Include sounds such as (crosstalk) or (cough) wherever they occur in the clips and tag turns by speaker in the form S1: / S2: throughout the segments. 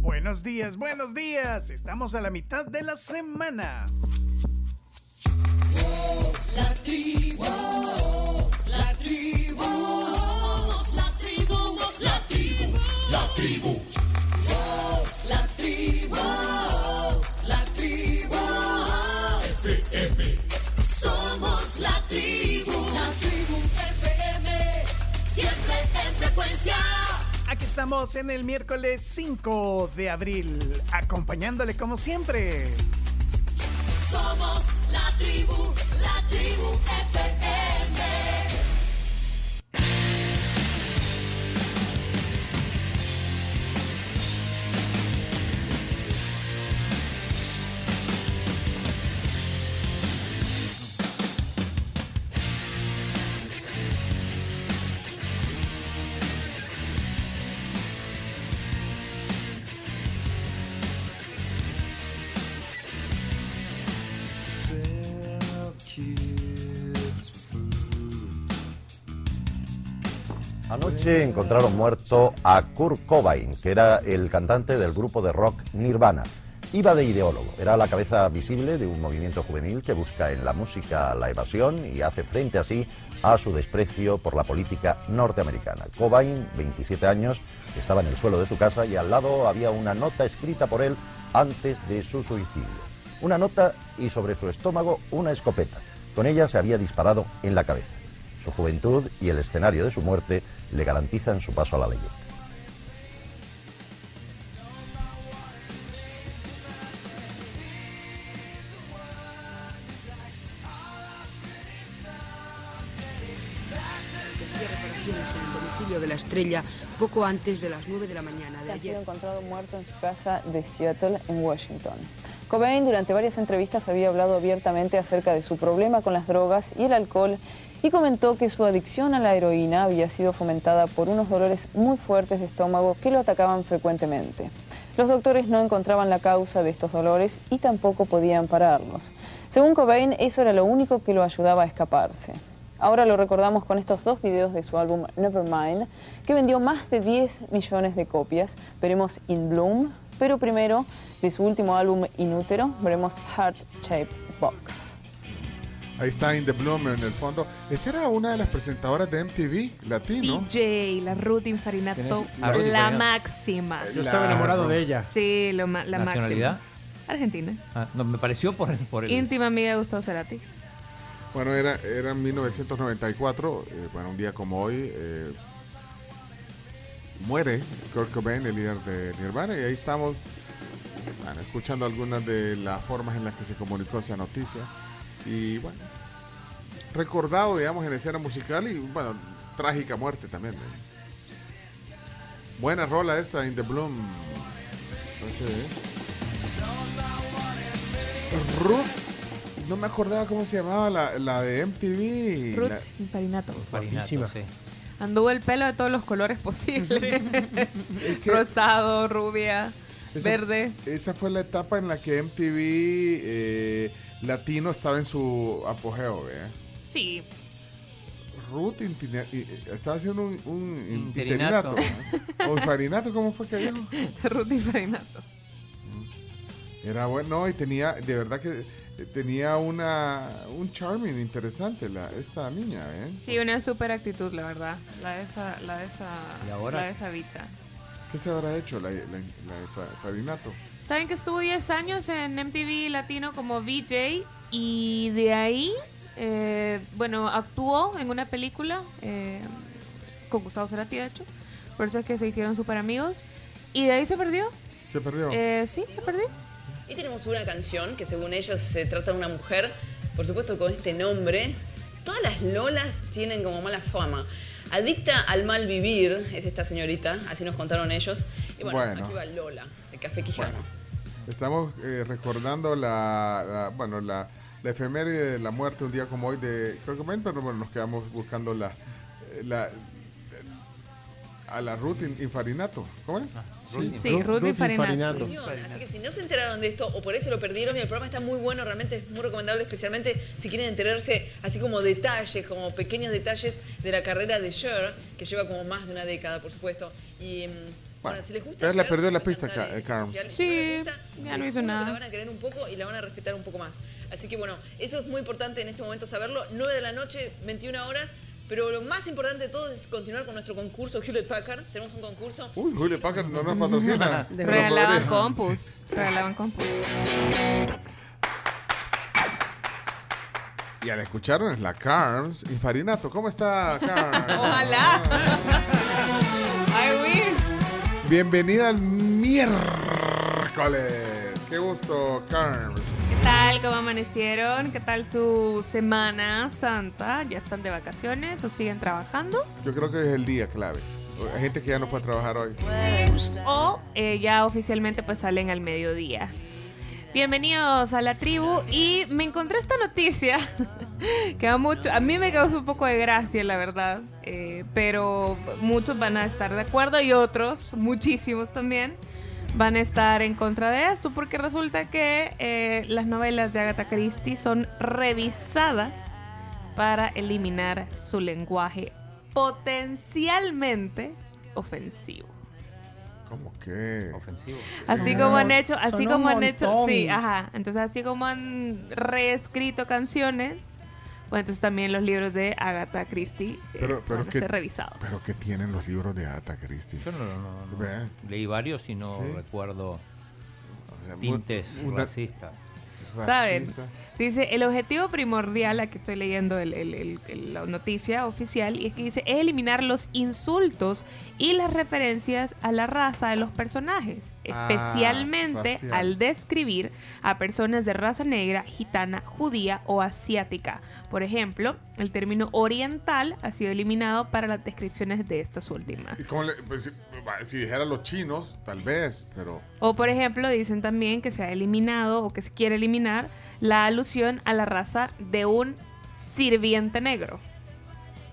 S1: Buenos días, buenos días. Estamos a la mitad de la semana.
S2: La tribu, la tribu, somos la tribu, somos la tribu, la tribu, la tribu, la tribu, FM, somos la tribu, la tribu FM, siempre en frecuencia.
S1: Aquí estamos en el miércoles 5 de abril, acompañándole como siempre.
S2: Somos la tribu, la tribu FM.
S3: Anoche encontraron muerto a Kurt Cobain, que era el cantante del grupo de rock Nirvana. Iba de ideólogo, era la cabeza visible de un movimiento juvenil que busca en la música la evasión y hace frente así a su desprecio por la política norteamericana. Cobain, 27 años, estaba en el suelo de su casa y al lado había una nota escrita por él antes de su suicidio. Una nota y sobre su estómago una escopeta. Con ella se había disparado en la cabeza. Su juventud y el escenario de su muerte le garantizan su paso a la leyenda.
S4: hacía reparaciones en el domicilio de la estrella poco antes de las 9 de la mañana de
S5: Ha sido
S4: ayer.
S5: encontrado muerto en su casa de Seattle, en Washington. Cobain durante varias entrevistas había hablado abiertamente acerca de su problema con las drogas y el alcohol y comentó que su adicción a la heroína había sido fomentada por unos dolores muy fuertes de estómago que lo atacaban frecuentemente. Los doctores no encontraban la causa de estos dolores y tampoco podían pararlos. Según Cobain, eso era lo único que lo ayudaba a escaparse. Ahora lo recordamos con estos dos videos de su álbum Nevermind, que vendió más de 10 millones de copias. Veremos In Bloom, pero primero de su último álbum Inútero, veremos Heart Shape Box.
S6: Ahí está In the Bloom en el fondo. Esa era una de las presentadoras de MTV latino.
S7: DJ, la Ruth Infarinato,
S8: Ah, Ruth
S7: la
S8: Infarinato.
S7: máxima.
S6: Eh,
S8: Yo estaba enamorado de ella.
S7: Sí, lo ma- la
S8: ¿Nacionalidad?
S7: máxima. Argentina.
S8: Ah, no, me pareció por, por el...
S7: Íntima amiga de Gustavo Cerati.
S6: Bueno, era, era en 1994. eh, bueno, un día como hoy. eh, muere Kurt Cobain, el líder de Nirvana. Y ahí estamos bueno, escuchando algunas de las formas en las que se comunicó esa noticia. Y bueno, recordado, digamos, en escena musical. Y bueno, trágica muerte también. ¿eh? Buena rola esta, In the Bloom. Entonces, ¿eh? Ruth, no me acordaba cómo se llamaba la, la de MTV.
S7: Ruth
S6: La-
S7: Infarinato.
S8: Guapísima.
S9: Farinato,
S7: Anduvo el pelo de todos los colores posibles.
S6: es que
S7: Rosado, rubia,
S6: Esa-
S7: verde.
S6: esa fue la etapa en la que MTV eh, latino estaba en su apogeo. ¿eh?
S7: Sí.
S6: Ruth intine- i- i- estaba haciendo un, un
S8: Interinato.
S6: interinato. ¿eh? O infarinato, ¿cómo fue que dijo?
S7: Ruth
S6: (laughs)
S7: Infarinato.
S6: Era bueno, no, y tenía, de verdad que eh, tenía una, un charming interesante la, esta niña. ¿eh?
S7: Sí, una super actitud, la verdad. La de esa, la de esa,
S8: ¿Y ahora?
S7: la de esa bicha.
S6: ¿Qué se habrá hecho la, la, la de Fa- Farinato?
S7: Saben que estuvo 10 años en MTV Latino como VJ y de ahí, eh, bueno, actuó en una película eh, con Gustavo Cerati, de hecho. Por eso es que se hicieron super amigos. Y de ahí se perdió.
S6: Se perdió.
S7: Eh, sí, se perdió.
S10: Y tenemos una canción que según ellos se trata de una mujer, por supuesto con este nombre. Todas las lolas tienen como mala fama. Adicta al mal vivir es esta señorita, así nos contaron ellos. Y bueno,
S6: Bueno.
S10: aquí va Lola, de Café Quijano.
S6: Bueno. Estamos eh, recordando la, la- bueno la, la efeméride de la muerte un día como hoy de Kurt Cobain, pero bueno, nos quedamos buscando la, eh, la a la Ruth In- Infarinato. ¿Cómo es?
S8: Ruth
S7: Sí, Ruth y Farinato.
S8: Farinato.
S10: Así que si no se enteraron de esto o por ahí se lo perdieron, y el programa está muy bueno, realmente es muy recomendable, especialmente si quieren enterarse así como detalles, como pequeños detalles de la carrera de Cher, que lleva como más de una década, por supuesto. Y mm, Bueno, si les gusta.
S6: entonces la
S10: Cher,
S6: perdió la
S10: pueden
S6: pista,
S10: cantar
S6: Ca-
S10: en
S6: Carms.
S10: especial.
S7: Sí,
S10: Si no les gusta,
S7: ya no hizo
S10: seguro que
S7: nada.
S10: La van a querer un poco y la van a respetar un poco más. Así que bueno, eso es muy importante en este momento saberlo. 9 de la noche, 21 horas. Pero lo más importante de todo es continuar con nuestro concurso Hewlett Packard. Tenemos un concurso.
S6: Uy, Julio Packard no
S7: Mm.
S6: nos
S7: (laughs)
S6: patrocina. pero
S7: Regalaban
S6: podría.
S7: compus.
S6: Sí.
S7: Regalaban compus.
S6: Ya la escucharon, es la Carms. Infarinato, ¿cómo está Carms?
S7: Ojalá. (laughs) I wish.
S6: Bienvenida al miércoles. Qué gusto, Carms.
S7: ¿Qué tal? ¿Cómo amanecieron? ¿Qué tal su semana santa? ¿Ya están de vacaciones o siguen trabajando?
S6: Yo creo que hoy es el día clave. Hay gente que ya no fue a trabajar hoy.
S7: O eh, ya oficialmente pues salen al mediodía. Bienvenidos a la tribu y me encontré esta noticia (laughs) que a, mucho, a mí me causó un poco de gracia, la verdad, eh, pero muchos van a estar de acuerdo y otros, muchísimos también, van a estar en contra de esto porque resulta que eh, las novelas de Agatha Christie son revisadas para eliminar su lenguaje potencialmente ofensivo.
S6: ¿Cómo que?
S8: Ofensivo.
S7: Así
S9: Son
S7: como
S9: un-
S7: han hecho, así
S9: son un
S7: como han hecho,
S9: montón.
S7: sí, ajá. Entonces, así como han reescrito canciones, pues entonces también los libros de Agatha Christie eh,
S6: Pero- pero
S7: van a
S6: que-
S7: ser revisados.
S6: Pero ¿qué tienen los libros de Agatha Christie?
S8: Yo no, no, no, no.
S6: Ve.
S8: Leí varios y no
S6: Sí.
S8: recuerdo
S6: O sea, mu-
S8: tintes
S6: una-
S8: racistas.
S7: ¿Saben?
S6: racista.
S7: Dice, el objetivo primordial, aquí estoy leyendo el- el- el- el- la noticia oficial, y es que dice, es eliminar los insultos y las referencias a la raza de los personajes,
S6: Ah,
S7: especialmente
S6: racial.
S7: al describir a personas de raza negra, gitana, judía o asiática. Por ejemplo, el término oriental ha sido eliminado para las descripciones de estas últimas.
S6: ¿Y cómo le- pues, si, bah, si dijera los chinos, tal vez, pero
S7: O por ejemplo, dicen también que se ha eliminado o que se quiere eliminar la alusión a la raza de un sirviente negro.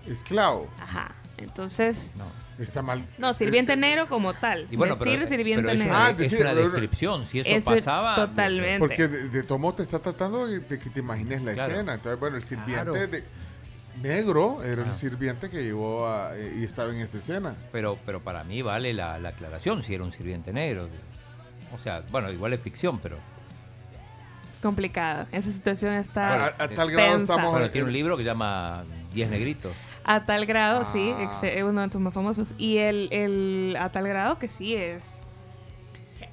S6: esclavo.
S7: Ajá. Entonces,
S8: No.
S6: Está mal.
S7: no, sirviente negro como tal.
S8: eh, Y bueno,
S7: decir
S8: pero, eh,
S7: sirviente
S8: pero es,
S7: negro.
S8: una,
S6: Ah,
S8: es
S6: decir,
S8: una
S6: pero-
S8: descripción. Si eso,
S7: Eso
S8: pasaba.
S7: totalmente.
S6: Porque de, de Tomó te está tratando de, de que te imagines la
S8: Claro.
S6: escena. Entonces, bueno, el sirviente
S8: Claro.
S6: de- negro era
S8: Ah.
S6: el sirviente Este que llegó a- eh, y estaba en esa escena.
S8: Pero, pero para mí vale la, la aclaración si era un sirviente negro. O sea, bueno, igual es ficción, pero.
S7: Complicado. Esa situación
S6: A,
S7: está
S6: a tal grado
S7: Pensa.
S6: estamos.
S8: eh, Bueno, tiene un libro que llama Diez Negritos.
S7: a tal grado,
S6: Ah.
S7: sí, ex- es uno de tus más famosos. Y el, el- a tal grado que sí es.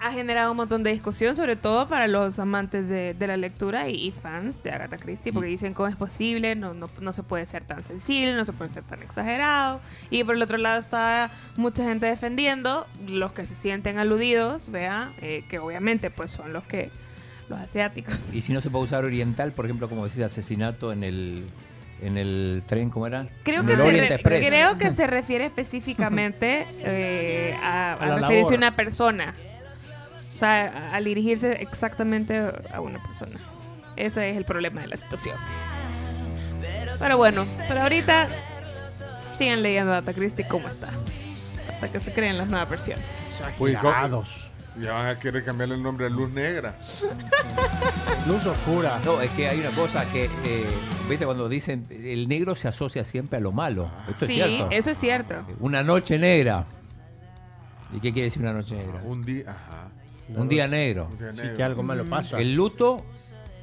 S7: Ha generado un montón de discusión, sobre todo para los amantes de, de la lectura y, y fans de Agatha Christie, porque dicen cómo es posible, no, no, no se puede ser tan sensible, no se puede ser tan exagerado. Y por el otro lado está mucha gente defendiendo, los que se sienten aludidos, vea, Eh, que obviamente pues son los que, los asiáticos.
S8: Y si no se puede usar oriental, por ejemplo, como decís, asesinato en el, en el tren, ¿cómo era?
S7: Creo
S8: En
S7: que,
S8: el
S7: se
S8: Orient
S7: re-
S8: Express.
S7: creo que se refiere específicamente eh, a, a
S9: la
S7: referirse a
S9: labor.
S7: una persona. O sea, a- al dirigirse exactamente a una persona. Ese es el problema de la situación. Pero bueno, pero ahorita sigan leyendo Data Christie como está. Hasta que se creen las nuevas versiones.
S6: Uy, ¿cómo-
S9: Exagerados.
S6: Ya van a querer cambiarle el nombre a Luz Negra.
S9: Luz oscura.
S8: No, es que hay una cosa que, eh, viste, cuando dicen el negro se asocia siempre a lo malo. Esto
S7: sí,
S8: es cierto.
S7: eso es cierto.
S8: Una noche negra. ¿Y qué quiere decir una noche negra?
S6: Un día, ajá.
S8: Un día negro.
S6: Un día
S9: Sí,
S6: negro.
S9: que algo malo pasa.
S8: El luto,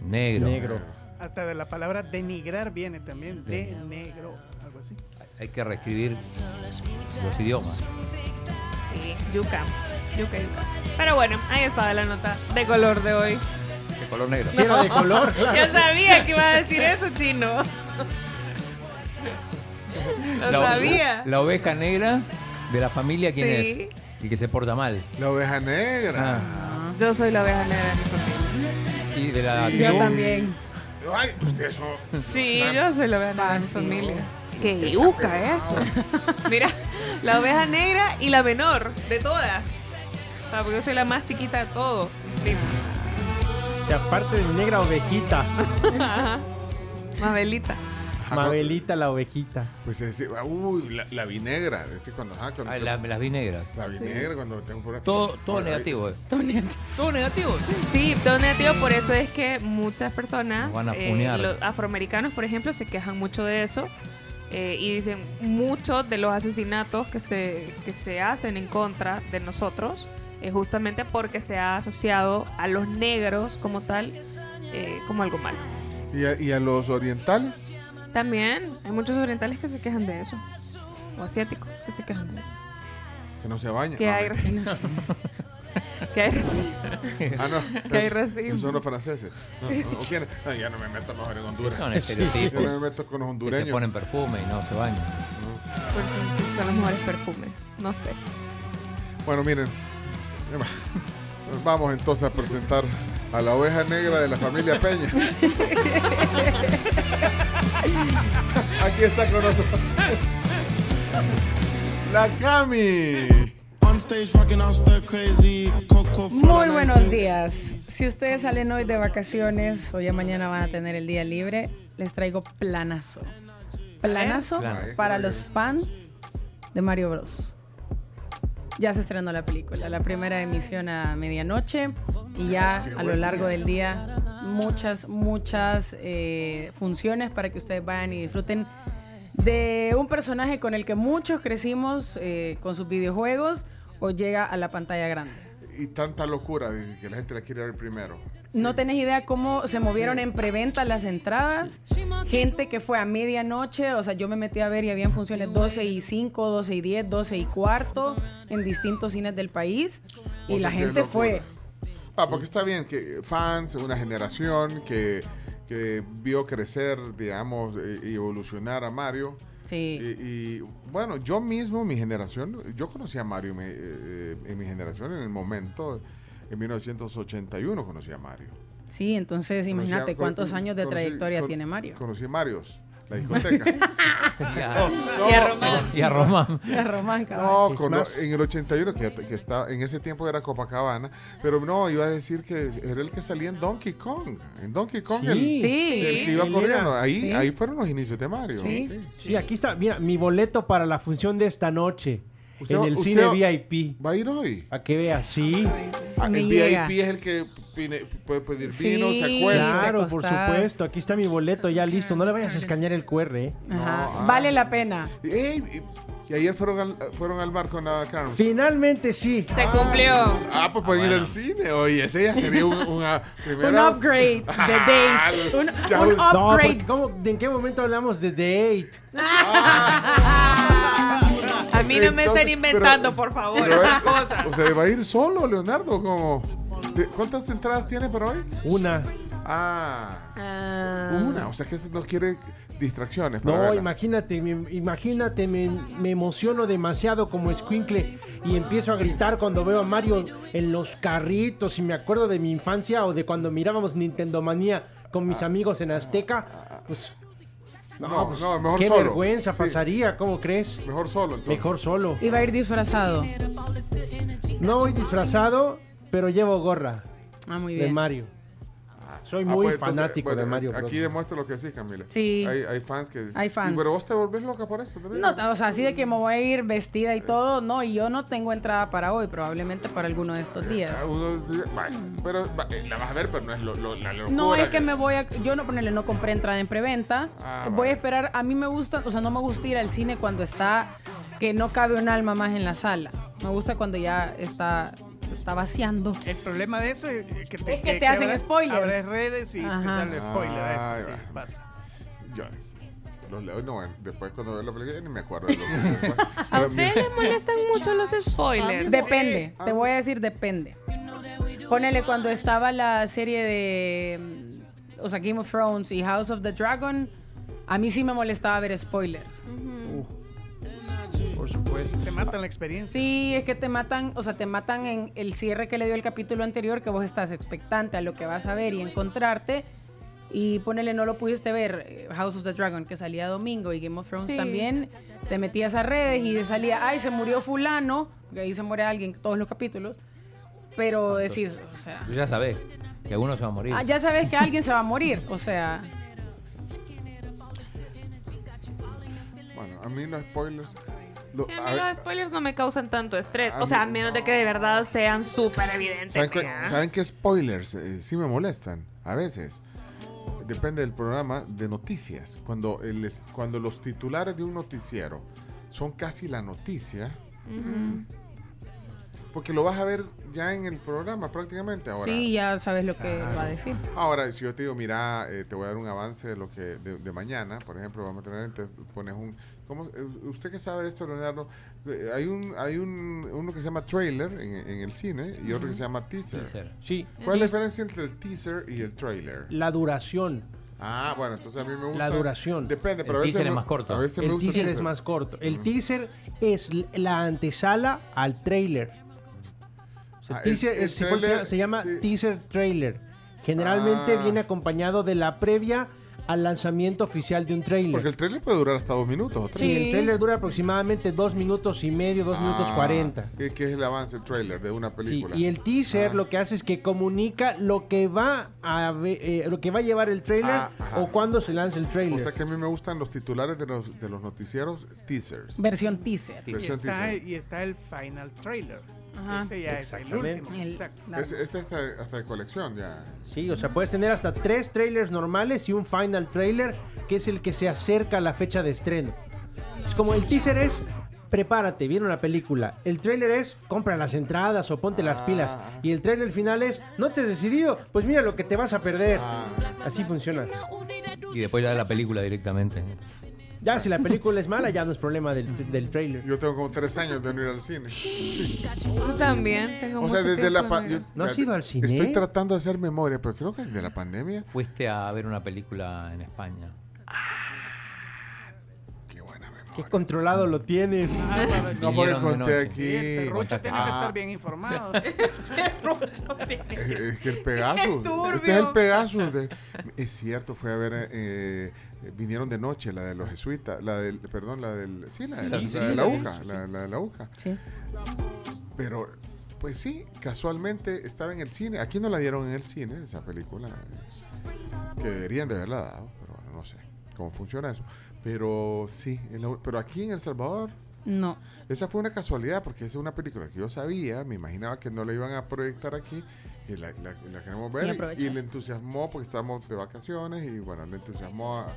S8: negro.
S9: negro.
S1: Hasta de la palabra denigrar viene también, de negro, algo así.
S8: Hay que reescribir los idiomas.
S7: Sí, yuca. Yuca, yuca. Pero bueno, ahí estaba la nota de color de hoy.
S8: De color negro.
S9: Si era
S8: (laughs)
S9: de color,
S7: (laughs)
S9: claro.
S7: Ya sabía que iba a decir eso, chino. Lo sabía.
S8: La oveja negra de la familia, ¿quién
S7: Sí.
S8: es? El que se porta mal. Ah.
S6: La oveja negra.
S7: Yo soy la oveja negra de mi familia.
S8: Y de la
S6: Y-
S9: Yo también.
S6: Ay, ustedes son.
S7: Sí,
S6: Nah,
S7: yo soy la oveja negra de mi familia. Qué yuca eso. Mira, la oveja negra y la menor de todas. O sea, porque yo soy la más chiquita de todos. (laughs) mis primos.
S9: Y aparte de
S6: (laughs)
S9: negra ovejita,
S7: Ajá. Mabelita.
S6: ajá,
S9: Mabelita la ovejita.
S6: Pues es decir, uy, la, la vi negra. Es decir, cuando, ajá, cuando
S8: Ah,
S6: te-
S8: la- las vi negras.
S6: la vi negra, cuando tengo un problema.
S8: Todo, todo
S6: Bueno, ahí-
S8: negativo. eh. Todo negativo. sí.
S7: Sí, don tío, por eso es que muchas personas,
S8: Nos van a
S7: eh,
S8: funear.
S7: los afroamericanos, por ejemplo, se quejan mucho de eso, eh, y dicen muchos de los asesinatos que se, que se hacen en contra de nosotros es justamente porque se ha asociado a los negros como tal, eh, como algo malo.
S6: ¿Y a, y a los orientales?
S7: También hay muchos orientales que se quejan de eso, o asiáticos que se quejan de eso.
S6: Que no se bañan.
S7: Que
S6: No,
S7: hay
S6: mentira. (laughs)
S7: racismo. que hay racismo.
S6: Ah, no.
S7: Que hay
S6: es-
S7: racismo.
S6: Son los franceses. No, no, ¿o quién? No, ya no me meto mejor en Honduras.
S8: Son
S6: (laughs) Sí.
S8: estereotipos.
S6: Yo no me meto con los hondureños.
S8: Que se ponen perfume y no se bañan.
S7: Por eso sí son los mejores perfumes. No sé.
S6: Bueno, miren. eh, Vamos entonces a presentar a la oveja negra de la
S7: (laughs)
S6: familia Peña. Aquí está con nosotros. (laughs) La Cami.
S11: Muy buenos días. Si ustedes salen hoy de vacaciones o ya mañana van a tener el día libre, les traigo planazo. Planazo
S2: Planazo.
S11: para los fans de Mario Bros. Ya se estrenó la película, la primera emisión a medianoche y ya a lo largo del día muchas, muchas eh, funciones para que ustedes vayan y disfruten de un personaje con el que muchos crecimos eh, con sus videojuegos o llega a la pantalla grande.
S6: Y tanta locura de que la gente la quiere ver primero.
S11: No tenés idea cómo se movieron
S6: Sí.
S11: en preventa las entradas. Gente que fue a medianoche, o sea, yo me metí a ver y habían funciones 12 y 5, 12 y 10, 12 y cuarto en distintos cines del país. Y
S6: O sea,
S11: la
S6: qué
S11: gente
S6: locura.
S11: fue.
S6: Ah, porque está bien que fans, una generación que, que vio crecer, digamos, e- y evolucionar a Mario.
S11: Sí.
S6: Y, y, bueno, yo mismo, mi generación, yo conocí a Mario me- eh, eh, en mi generación en el momento, en 1981 conocí a Mario.
S11: Sí, entonces
S6: Conocí a-
S11: imagínate
S6: con-
S11: cuántos años de
S6: conocí-
S11: trayectoria
S6: con-
S11: tiene Mario.
S6: Conocí a Marios,
S11: (laughs)
S6: la discoteca.
S8: Ya.
S11: Y a Román.
S8: Y a Román.
S11: La Román,
S6: No,
S11: cabal.
S6: con- en el 81, que, que estaba, en ese tiempo era Copacabana, pero no, iba a decir que era el que salía en Donkey Kong. En Donkey Kong,
S9: Sí.
S6: el,
S9: Sí.
S6: el que iba
S9: Él era.
S6: corriendo. Ahí,
S9: Sí.
S6: ahí fueron los inicios de Mario.
S9: Sí,
S6: sí.
S9: sí, aquí está. Mira, mi boleto para la función de esta noche.
S6: Usted-
S9: en el
S6: usted
S9: cine
S6: va-
S9: VIP.
S6: ¿Va a ir hoy?
S9: Para que veas, sí.
S6: Ah, el VIP es el que pine- puede pedir vino, se acuesta.
S9: Claro, por supuesto. Aquí está mi boleto ya listo. No le vayas a escanear el QR. ¿eh?
S11: Ajá.
S6: No, ah.
S11: Vale la pena.
S6: Ey, y, y ayer fueron al, fueron al bar con la Carmen.
S9: Finalmente sí.
S7: Se cumplió.
S6: Ah, pues pueden ir al cine. Oye, ese ya sería un, una
S11: (laughs)
S6: primera-
S11: Un
S6: (laughs)
S11: upgrade de date. Un,
S6: Ah, Ya
S11: un
S6: voy-
S9: No, porque
S11: upgrade.
S9: ¿cómo- ¿de ¿En qué momento hablamos de date?
S7: (laughs) A mí no me
S6: Entonces,
S7: estén
S6: pero-
S7: inventando, por favor,
S6: pero,
S7: esas
S6: eh,
S7: cosas.
S6: O sea, ¿va a ir solo, Leonardo? ¿Cómo? ¿Te- ¿Cuántas entradas tiene para hoy?
S9: Una.
S6: Ah,
S7: Ah.
S6: una. O sea, que eso no quiere distracciones. para
S9: No,
S6: verla.
S9: imagínate, me- imagínate, me, me emociono demasiado como escuincle y empiezo a gritar cuando veo a Mario en los carritos y me acuerdo de mi infancia o de cuando mirábamos Nintendo Manía con mis amigos en Azteca. Pues,
S6: No, Ah. pues no, mejor
S9: qué
S6: solo.
S9: vergüenza
S6: Sí,
S9: pasaría, ¿cómo crees?
S6: Mejor solo, entonces.
S9: Mejor solo.
S11: Iba a ir disfrazado.
S9: No voy disfrazado, pero llevo gorra
S11: Ah, muy
S9: de
S11: bien.
S9: Mario. Soy
S6: Ah,
S9: muy
S6: pues, entonces,
S9: fanático
S6: bueno,
S9: de Mario Bros.
S6: Aquí demuestra lo que sí, Camila.
S11: Sí.
S6: Hay, hay fans que.
S11: Hay fans.
S6: Y, pero vos te volvés loca por eso también.
S11: No, o sea, así de que me voy a ir vestida y todo, no, y yo no tengo entrada para hoy, probablemente para alguno de estos días.
S6: Ah, uno dice, bueno, pero va- eh, la vas a ver, pero no es lo, lo- la locura.
S11: No es que me voy a, yo no ponerle, no compré entrada en preventa,
S6: Ah,
S11: voy
S6: vale.
S11: a esperar, a mí me gusta, o sea, no me gusta ir al cine cuando está, que no cabe un alma más en la sala, me gusta cuando ya está, está vaciando.
S1: El problema de eso es que te,
S11: Es que te hacen
S1: abres-
S11: spoilers.
S1: Abres redes y
S11: Ajá.
S1: te sale spoiler.
S6: Ay,
S1: eso sí,
S6: va.
S1: pasa.
S6: Yo, los leo y no, bueno, después cuando veo la película, ni me acuerdo de
S1: (laughs)
S6: lo que pues.
S7: A ustedes les molestan
S6: (laughs)
S7: mucho los spoilers.
S11: Depende,
S6: Sí.
S11: te voy a decir depende. Ponele cuando estaba la serie de, mm, o sea, Game of Thrones y House of the Dragon, a mí sí me molestaba ver spoilers.
S9: por supuesto.
S1: Te matan la experiencia.
S11: Sí, es que te matan, o sea, te matan en el cierre que le dio el capítulo anterior, que vos estás expectante a lo que vas a ver y encontrarte. Y ponele, no lo pudiste ver, eh, House of the Dragon, que salía domingo, y Game of Thrones
S7: Sí.
S11: también. Te metías a redes y salía, ay, se murió fulano, que ahí se muere alguien, todos los capítulos. Pero decís, o sea,
S8: Tú ya sabés que alguno se va a morir.
S11: ah, ya sabes que alguien se va a morir, o sea,
S6: Bueno, a mí los spoilers. lo-
S7: Sí,
S6: a
S7: a mí
S6: ver,
S7: los spoilers no me causan tanto estrés.
S6: a
S7: O sea, a
S6: mí-
S7: menos de que de verdad sean súper evidentes.
S6: ¿saben, qué-
S7: ¿verdad?
S6: saben qué spoilers eh, sí me molestan? A veces. depende del programa de noticias. Cuando, el es- cuando los titulares de un noticiero son casi la noticia, Mm. porque lo vas a ver ya en el programa prácticamente ahora.
S11: Sí, ya sabes lo que
S6: Claro.
S11: va a decir.
S6: Ahora, si yo te digo, mira, eh, te voy a dar un avance de lo que de, de mañana, por ejemplo, vamos a tener, te pones un, ¿cómo, eh, usted que sabe de esto, Leonardo, eh, hay un, hay un, uno que se llama trailer en, en el cine y otro que se llama teaser.
S9: Teaser. Sí.
S6: ¿Cuál es la
S9: Ujú.
S6: diferencia entre el teaser y el trailer?
S9: La duración.
S6: Ah, bueno, entonces a mí me gusta.
S9: La duración.
S6: Depende, pero a veces me- A veces me
S9: el
S6: gusta
S9: teaser es más corto. El teaser es l- la antesala al trailer. O sea,
S6: Ah, el-
S9: teaser
S6: el
S9: es- ¿cuál se llama?
S6: trailer,
S9: se llama
S6: sí.
S9: teaser trailer. Generalmente
S6: Ah.
S9: viene acompañado de la previa al lanzamiento oficial de un trailer.
S6: Porque el trailer puede durar hasta dos minutos o tres.
S9: Sí, el trailer dura aproximadamente dos minutos y medio, dos minutos
S6: Ah,
S9: cuarenta.
S6: Que, que es el avance, el trailer de una
S9: Sí,
S6: película.
S9: y el
S6: Ah.
S9: teaser lo que hace es que comunica lo que va a ve- eh, lo que va a llevar el trailer
S6: Ah, ajá.
S9: o cuándo se lanza el trailer.
S6: O sea que a mí me gustan los titulares de los, de los noticieros teasers.
S11: Versión teaser.
S1: Y
S6: Versión
S1: está,
S6: teaser.
S1: y está el final trailer.
S11: Ajá.
S1: Ese ya es el
S9: Exactamente.
S1: último.
S11: El-
S1: exacto.
S11: la-
S6: Es- este está hasta de colección ya.
S9: Sí, o sea, puedes tener hasta tres trailers normales y un final trailer que es el que se acerca a la fecha de estreno. Es como el teaser es prepárate, viene una película. El trailer es compra las entradas o ponte las
S6: Ah.
S9: pilas. Y el trailer final es no te has decidido, pues mira lo que te vas a perder. Así funciona.
S8: Y después ya la película directamente.
S9: Ya si la película es mala, ya no es problema del, del trailer.
S6: Yo tengo como tres años de no ir al cine. Sí.
S7: Yo también tengo
S6: O sea,
S7: mucho
S6: desde la
S7: tiempo
S6: pa-
S7: en
S6: yo-
S7: eso.
S9: ¿No has
S6: fíjate,
S9: ido al cine?
S6: Estoy tratando de hacer memoria, pero creo que desde la pandemia.
S8: Fuiste a ver una película en España.
S6: Qué buena memoria.
S9: Qué controlado lo tienes.
S1: Ah, para-
S6: No porque
S8: Siguieron de
S6: conté
S8: noche.
S1: Sí, el
S6: aquí.
S1: serrucho tiene que
S6: Ah,
S1: estar bien
S6: (laughs)
S1: informado.
S6: Es, es que el
S9: (laughs)
S6: Pegasus.
S7: turbio.
S6: este es el Pegasus. de- es cierto, fue a ver. eh, eh, vinieron de noche, la de los jesuitas. La del. Perdón, la del. Sí, la, de-
S8: Sí,
S6: la
S8: sí,
S6: de
S8: sí,
S6: la
S8: sí,
S6: UCA. La, la de la UCA.
S11: Sí.
S6: Pero, pues sí, casualmente estaba en el cine. Aquí no la dieron en el cine, esa película. eh, Que deberían de haberla dado, pero bueno, no sé cómo funciona eso. Pero sí, es la u- pero aquí en El Salvador,
S11: No.
S6: esa fue una casualidad, porque esa es una película que yo sabía, me imaginaba que no la iban a proyectar aquí, y la, la- la queremos
S11: Y
S6: ver. Y,
S11: aprovechaste.
S6: le entusiasmó, porque estábamos de vacaciones, y bueno, le entusiasmó a-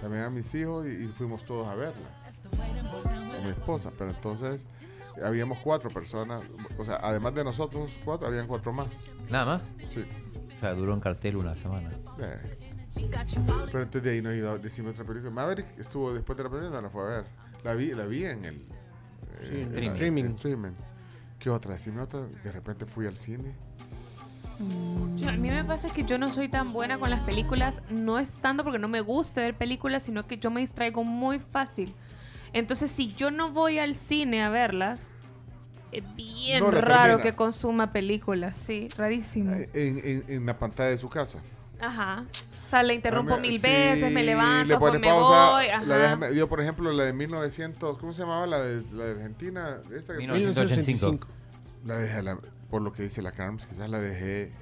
S6: también a mis hijos, y, y fuimos todos a verla. Con mi esposa, pero entonces habíamos cuatro personas, o sea, además de nosotros cuatro, habían cuatro más.
S8: Nada más.
S6: Sí.
S8: O sea, duró en cartel una semana.
S6: Eh. Pero antes de ahí no he ido a decirme otra película. Maverick estuvo después de la película, no la fue a ver. La vi, la vi en el eh,
S9: Sí, en
S6: en la- en
S9: streaming.
S6: streaming. ¿Qué otra? Decime otra. De repente fui al cine.
S7: Yo- a mí me pasa que yo no soy tan buena con las películas, no es tanto porque no me gusta ver películas, sino que yo me distraigo muy fácil. Entonces, si yo no voy al cine a verlas, es bien
S6: No la
S7: raro
S6: termina.
S7: que consuma películas, sí, rarísimo.
S6: Eh, En, en- en la pantalla de su casa.
S7: Ajá. O sea, la interrumpo
S6: Ah, me-
S7: mil
S6: sí,
S7: veces, me levanto,
S6: le pone
S7: pues me
S6: pausa,
S7: voy,
S6: la
S7: ajá.
S6: deja- yo, por ejemplo, la de 1900. ¿Cómo se llamaba? La de, la de Argentina. Esta que
S8: 1985.
S6: La dejé, a la- por lo que dice la Carms, quizás la dejé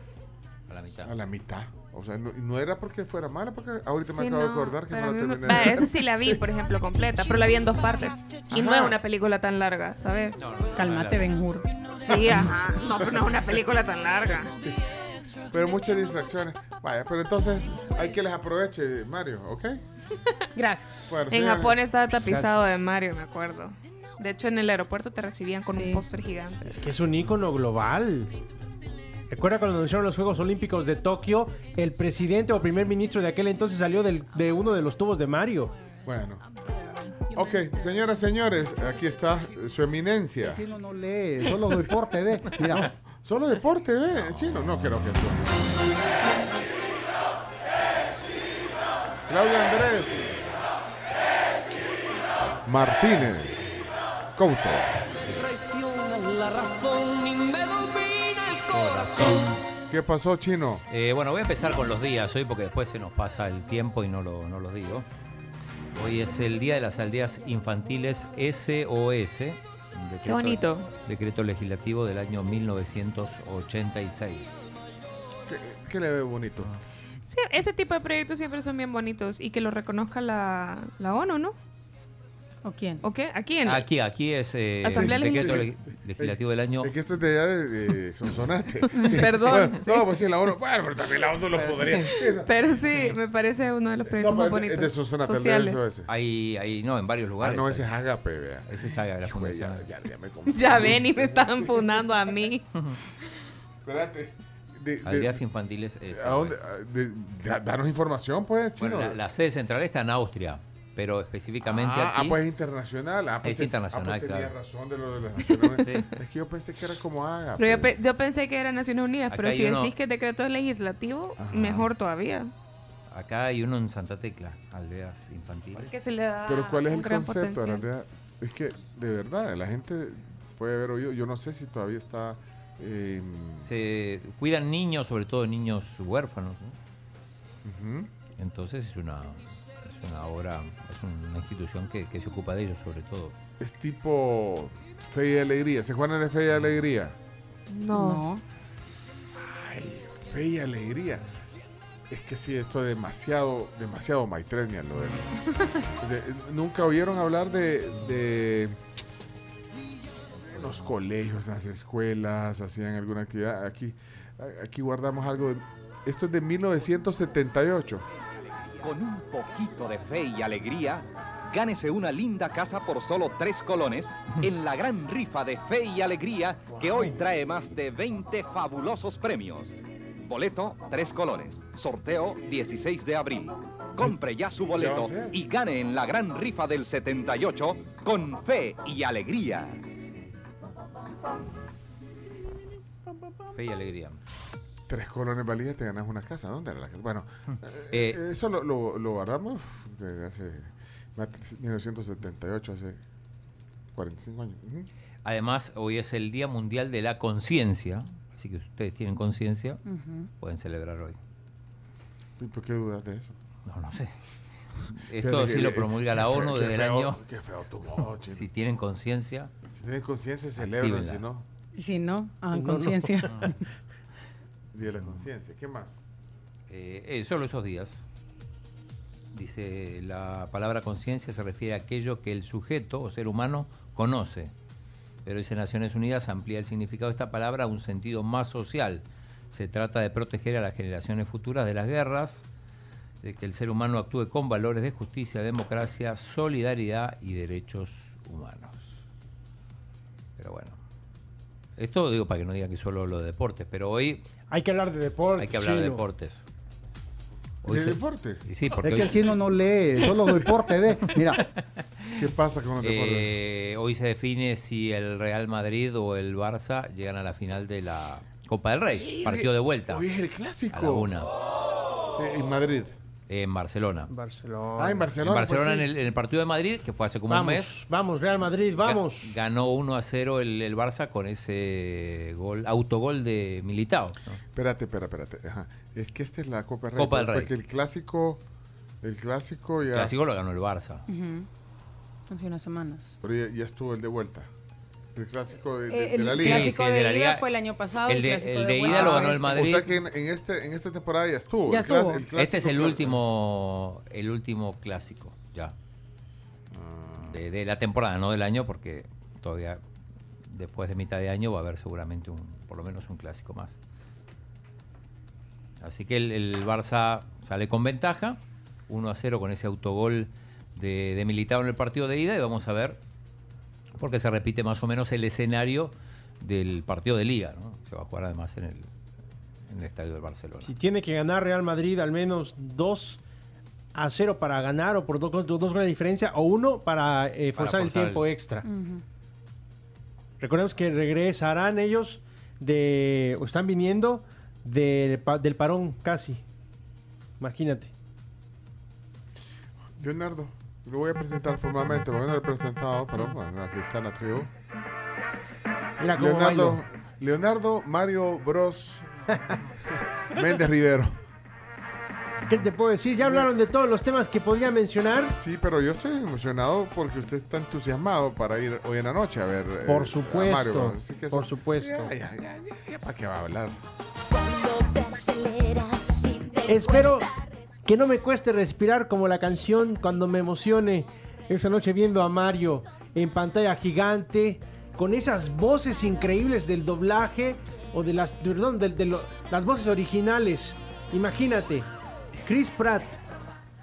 S8: A la mitad.
S6: a la mitad. O sea, no, no era porque fuera mala, porque ahorita me
S7: Sí,
S6: acabo de
S7: no,
S6: acordar que
S7: pero
S6: no la
S7: a mí me-
S6: terminé. de
S7: Va,
S6: ver.
S7: esa
S6: (laughs)
S7: sí la vi, por ejemplo, completa, pero la vi en dos partes. Y no
S6: Ajá.
S7: es una película tan larga, ¿sabes?
S11: Cálmate, Benjur.
S7: Sí, ajá. No, pero no es una película tan larga.
S6: Pero muchas distracciones. Vaya, pero entonces hay que les aproveche, Mario, ¿ok?
S11: Gracias.
S6: Bueno,
S7: En
S6: señores,
S7: Japón estaba tapizado de Mario, me acuerdo. De hecho, en el aeropuerto te recibían con
S11: Sí.
S7: un póster gigante.
S9: que es un ícono global. Recuerda cuando anunciaron los Juegos Olímpicos de Tokio, el presidente o primer ministro de aquel entonces salió del- de uno de los tubos de Mario.
S6: Bueno. Ok, señoras, señores, aquí está eh, su eminencia.
S12: Chino no lee, solo deporte de. Mira,
S6: Solo deporte, ¿ve? Chino, no creo que tú. Claudia Andrés. Martínez. Couto.
S2: Traiciona la razón y me domina el corazón.
S6: ¿Qué pasó, Chino?
S8: Eh, bueno, voy a empezar con los días hoy porque después se nos pasa el tiempo y no lo, no lo digo. Hoy es el Día de las Aldeas Infantiles SOS. un decreto-
S7: bonito.
S8: Decreto legislativo del año 1986.
S6: ¿Qué, qué le ve bonito?
S7: Sí, ese tipo de proyectos siempre son bien bonitos y que lo reconozca la, la ONU, ¿no?
S11: ¿O quién?
S7: ¿O qué? ¿Aquí
S6: Ah,
S7: en
S8: Aquí, aquí es eh,
S7: Asamblea
S8: el decreto
S7: Legislativa.
S8: leg- legislativo del año.
S6: Es que esto es de allá
S8: (laughs)
S6: de, de Sonsonate.
S7: (laughs) (laughs) Perdón,
S6: Bueno,
S7: sí.
S6: No, pues sí, la ONU. Bueno, pero también la ONU lo podría.
S7: Pero sí, me parece uno de los proyectos más
S6: pues,
S7: bonitos. sociales.
S8: Ahí, ahí, no, en varios lugares.
S6: Ah, no,
S8: hay.
S6: ese es Agape, vea.
S8: Ese es Agape, la fundación.
S6: Ya,
S7: (laughs)
S6: me
S7: Ya ven y me estaban funando a
S6: (laughs)
S7: mí.
S6: Espérate. De- de-
S8: Aldeas infantiles es.
S6: ¿A dónde? a- de- da- danos información, pues, chino.
S8: Bueno, la, la sede central está en Austria, pero específicamente
S6: ah,
S8: aquí.
S6: ah, pues es internacional. Ah, pues
S8: Es
S6: te-
S8: internacional,
S6: ah, pues tenía
S8: claro.
S6: razón de lo de
S8: (laughs)
S6: las Naciones Unidas. Es que yo pensé que era como Agape.
S7: Pero yo, pe- yo pensé que era Naciones Unidas,
S8: Acá
S7: pero
S8: hay
S7: si
S8: uno-
S7: decís que es decreto legislativo,
S8: Ajá.
S7: mejor todavía.
S8: Acá hay uno en Santa Tecla, aldeas infantiles.
S7: Que se le da
S6: Pero ¿cuál es
S7: Ah, un
S6: el
S7: gran
S6: concepto?
S7: potencial.
S6: Arandea? Es que, de verdad, la gente puede haber oído. Yo no sé si todavía está... eh,
S8: Se cuidan niños, sobre todo niños huérfanos. ¿no?
S6: Ujú.
S8: Entonces es una, es una obra, es una institución que, que se ocupa de ellos, sobre todo.
S6: es tipo Fe y Alegría. ¿Se acuerdan de Fe y Alegría?
S7: No.
S6: Fe y Alegría. Es que sí, esto es demasiado, demasiado maitreña lo de, de- Nunca oyeron hablar de, de- de los colegios, las escuelas, hacían alguna actividad. Aquí, a- aquí guardamos algo. de- esto es de 1978.
S13: Con un poquito de fe y alegría, gánese una linda casa por solo tres colones en la gran rifa de fe y alegría que hoy trae más de 20 fabulosos premios. Boleto, tres colones. Sorteo, 16 de abril. Compre ya su
S6: va
S13: boleto
S6: a ser.
S13: y gane en la gran rifa del 78 con fe y alegría.
S8: Fe y alegría.
S6: Tres colones valía te ganas una casa. ¿Dónde era la casa? Bueno,
S8: Eh,
S6: eh, eso lo, lo- lo guardamos desde hace 1978, hace 45 años. Ujú.
S8: Además, hoy es el Día Mundial de la Conciencia, así que ustedes tienen conciencia,
S6: Ujú.
S8: pueden celebrar hoy.
S6: ¿Y por qué dudas de eso?
S8: No, no
S6: (laughs)
S8: sé.
S6: Fíjate
S8: Esto
S6: que-
S8: sí lo promulga la
S6: qué feo-
S8: ONU
S6: qué
S8: desde el
S6: feo-
S8: año.
S6: Qué feo tu modo, chino.
S8: (laughs) Si tienen conciencia,
S6: Si tienes conciencia, celebran,
S8: Actívenla.
S6: si no,
S11: Y Si no,
S6: no,
S11: hagan
S6: no.
S11: conciencia.
S6: (laughs) Día de la Conciencia. ¿Qué más?
S8: eh, eh, solo esos días. Dice la palabra conciencia se refiere a aquello que el sujeto o ser humano conoce. Pero dice Naciones Unidas amplía el significado de esta palabra a un sentido más social. Se trata de proteger a las generaciones futuras de las guerras, de que el ser humano actúe con valores de justicia, democracia, solidaridad y derechos humanos. Pero bueno, esto digo para que no digan que solo lo de deportes, pero hoy
S9: Hay que hablar de deportes.
S8: hay que hablar de
S9: chino.
S8: deportes.
S6: ¿De
S8: se-
S6: deporte?
S8: Y Sí, porque
S12: es que
S8: hoy
S12: el
S8: se-
S12: chino no lee, solo deporte de. Mira,
S6: (laughs) ¿Qué pasa con los deportes?
S8: Eh, hoy se define si el Real Madrid o el Barça llegan a la final de la Copa del Rey. Partido de vuelta.
S6: Hoy es el
S8: A la
S6: clásico.
S8: una.
S6: Eh, En Madrid.
S8: En Barcelona.
S9: Barcelona.
S6: Ah, en Barcelona.
S8: en
S6: pues
S8: Barcelona,
S6: sí.
S8: en, el, en el partido de Madrid, que fue hace como
S9: Vamos,
S8: un mes,
S9: vamos, Real Madrid,
S8: ga-
S9: vamos.
S8: ganó 1 a 0 el, el Barça con ese gol, autogol de Militao. ¿no?
S6: Espérate, espera, espérate. Ajá. Es que esta es la Copa del Rey.
S8: Copa del Rey.
S6: Porque el clásico. El clásico ya.
S8: El clásico lo ganó el Barça.
S11: Ujú. Hace unas semanas.
S6: Pero ya, ya estuvo el de vuelta. El clásico de, de-
S11: Eh,
S6: de la
S11: el
S6: liga.
S11: clásico
S8: Sí, sí,
S11: de,
S8: de la
S11: ida
S8: liga.
S11: fue el año pasado.
S8: El de-
S11: clásico
S8: el de
S11: vuelta
S8: ida lo
S11: fue
S8: ganó el
S11: este.
S8: Madrid.
S6: O sea que en, en este, en esta temporada ya estuvo.
S11: Ya
S6: el clas-
S11: estuvo.
S6: el
S8: Este es el
S6: clásico-
S8: último, el último clásico, ya.
S6: Ah.
S8: De, de la temporada, no del año, porque todavía después de mitad de año va a haber seguramente un, por lo menos un clásico más. Así que el, el Barça sale con ventaja, 1 a 0 con ese autogol de, de Militao en el partido de ida y vamos a ver, porque se repite más o menos el escenario del partido de liga, ¿no? Se va a jugar además en el, en el estadio del Barcelona.
S9: Si tiene que ganar Real Madrid al menos 2 a 0 para ganar o por dos, dos goles de diferencia o uno para
S8: Para
S9: eh, forzar el
S8: forzar el-
S9: tiempo extra. Recordemos que regresarán ellos de o están viniendo del pa- del parón casi. Imagínate.
S6: Leonardo, lo voy a presentar formalmente, porque no lo he presentado, pero bueno, aquí está la tribu.
S9: Mira cómo
S6: Leonardo,
S9: bailo.
S6: Leonardo Mario Bros. Méndez Rivero.
S9: ¿Qué te puedo decir? Ya hablaron de todos los temas que podría mencionar.
S6: Sí, pero yo estoy emocionado porque usted está entusiasmado para ir hoy en la noche a ver eh,
S9: Por
S6: a
S9: supuesto.
S6: Mario Bros. Así que eso-
S9: por supuesto.
S6: Ya, ya, ya, ya, ya, ¿para qué va a hablar?
S9: Espero que no me cueste respirar como la canción cuando me emocione esa noche viendo a Mario en pantalla gigante, con esas voces increíbles del doblaje, o de las, perdón, de, de lo- las voces originales. Imagínate, Chris Pratt,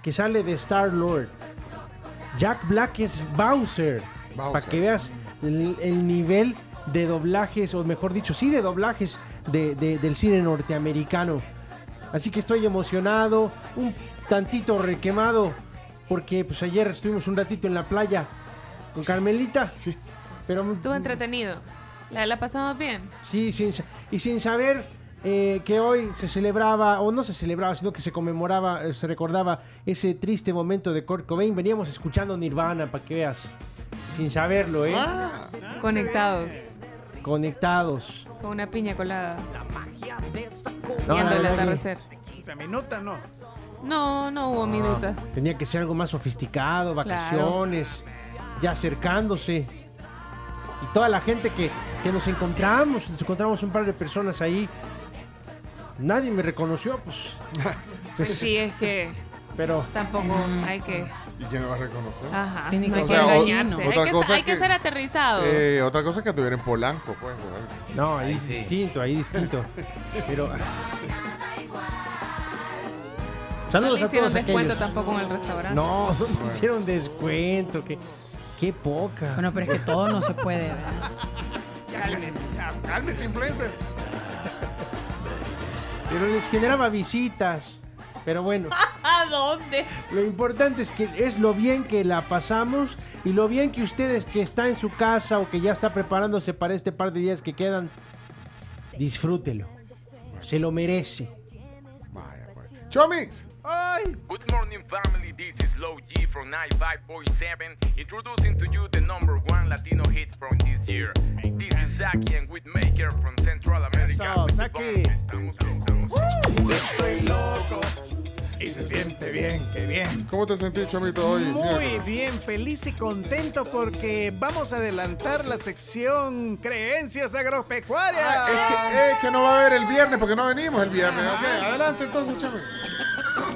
S9: que sale de Star-Lord. Jack Black es Bowser. Para que veas el, el nivel de doblajes, o mejor dicho, sí, de doblajes de- de- del cine norteamericano. Así que estoy emocionado, un tantito requemado, porque pues ayer estuvimos un ratito en la playa con Carmelita. Sí. Pero
S7: Estuvo entretenido. La, la pasamos bien.
S9: Sí, sin sa- y sin saber eh, que hoy se celebraba, o no se celebraba, sino que se conmemoraba, eh, se recordaba ese triste momento de Kurt Cobain. Veníamos escuchando Nirvana, para que veas. Sin saberlo, ¿eh?
S7: Ah.
S6: Ah.
S7: Conectados
S9: Conectados.
S7: con una piña colada.
S9: No,
S7: Viendo
S9: no,
S7: el
S9: no, no.
S7: atardecer.
S1: O sea, minuta no.
S7: No, no
S9: Ah.
S7: hubo minutas.
S9: Tenía que ser algo más sofisticado,
S7: Claro.
S9: vacaciones, ya acercándose. Y toda la gente que, que nos encontramos, nos encontramos un par de personas ahí. Nadie me reconoció, pues.
S7: Pues sí, es que
S9: Pero. Mm.
S7: tampoco hay que.
S6: ¿Y quién me va a reconocer?
S7: Ajá.
S6: Sí, ni
S7: no hay
S6: con-
S7: que
S6: O sea, o-
S7: engañarse.
S6: otra
S7: Hay que,
S6: cosa
S7: hay que
S6: que-
S7: ser aterrizado.
S6: Eh, otra cosa es que estuviera en Polanco, pues. ¿verdad?
S9: No, ahí, es distinto, ahí
S6: (laughs)
S9: es distinto. Pero.
S7: no
S9: Saludos
S7: le
S9: a todos
S7: hicieron descuento
S9: aquellos.
S7: tampoco en el restaurante.
S9: No, (laughs) no me hicieron descuento. Qué, qué poca.
S11: Bueno, pero es que todo no se puede. ¿verdad?
S1: Cálmense, cálmense, influencers.
S9: Pero les generaba visitas. Pero
S11: (laughs)
S9: bueno.
S7: ¿A dónde?
S9: Lo importante es que es lo bien que la pasamos y lo bien que ustedes que está en su casa o que ya está preparándose para este par de días que quedan, disfrútelo. Se lo merece.
S6: ¡Chomix!
S14: Good morning, family. This is Low G from 95.7, introducing to you the number one Latino hit from this year. This is Saki and Witmaker from Central America.
S1: Eso, Saki.
S14: Estoy loco.
S1: Y se siente bien, qué bien.
S6: ¿Cómo te sentís, Chomito, hoy?
S1: Muy
S6: miércoles?
S1: bien, feliz y contento porque vamos a adelantar la sección Creencias Agropecuarias.
S6: Ah, es, que, es que no va a haber el viernes porque no venimos el viernes. Ok, adelante entonces, Chomix.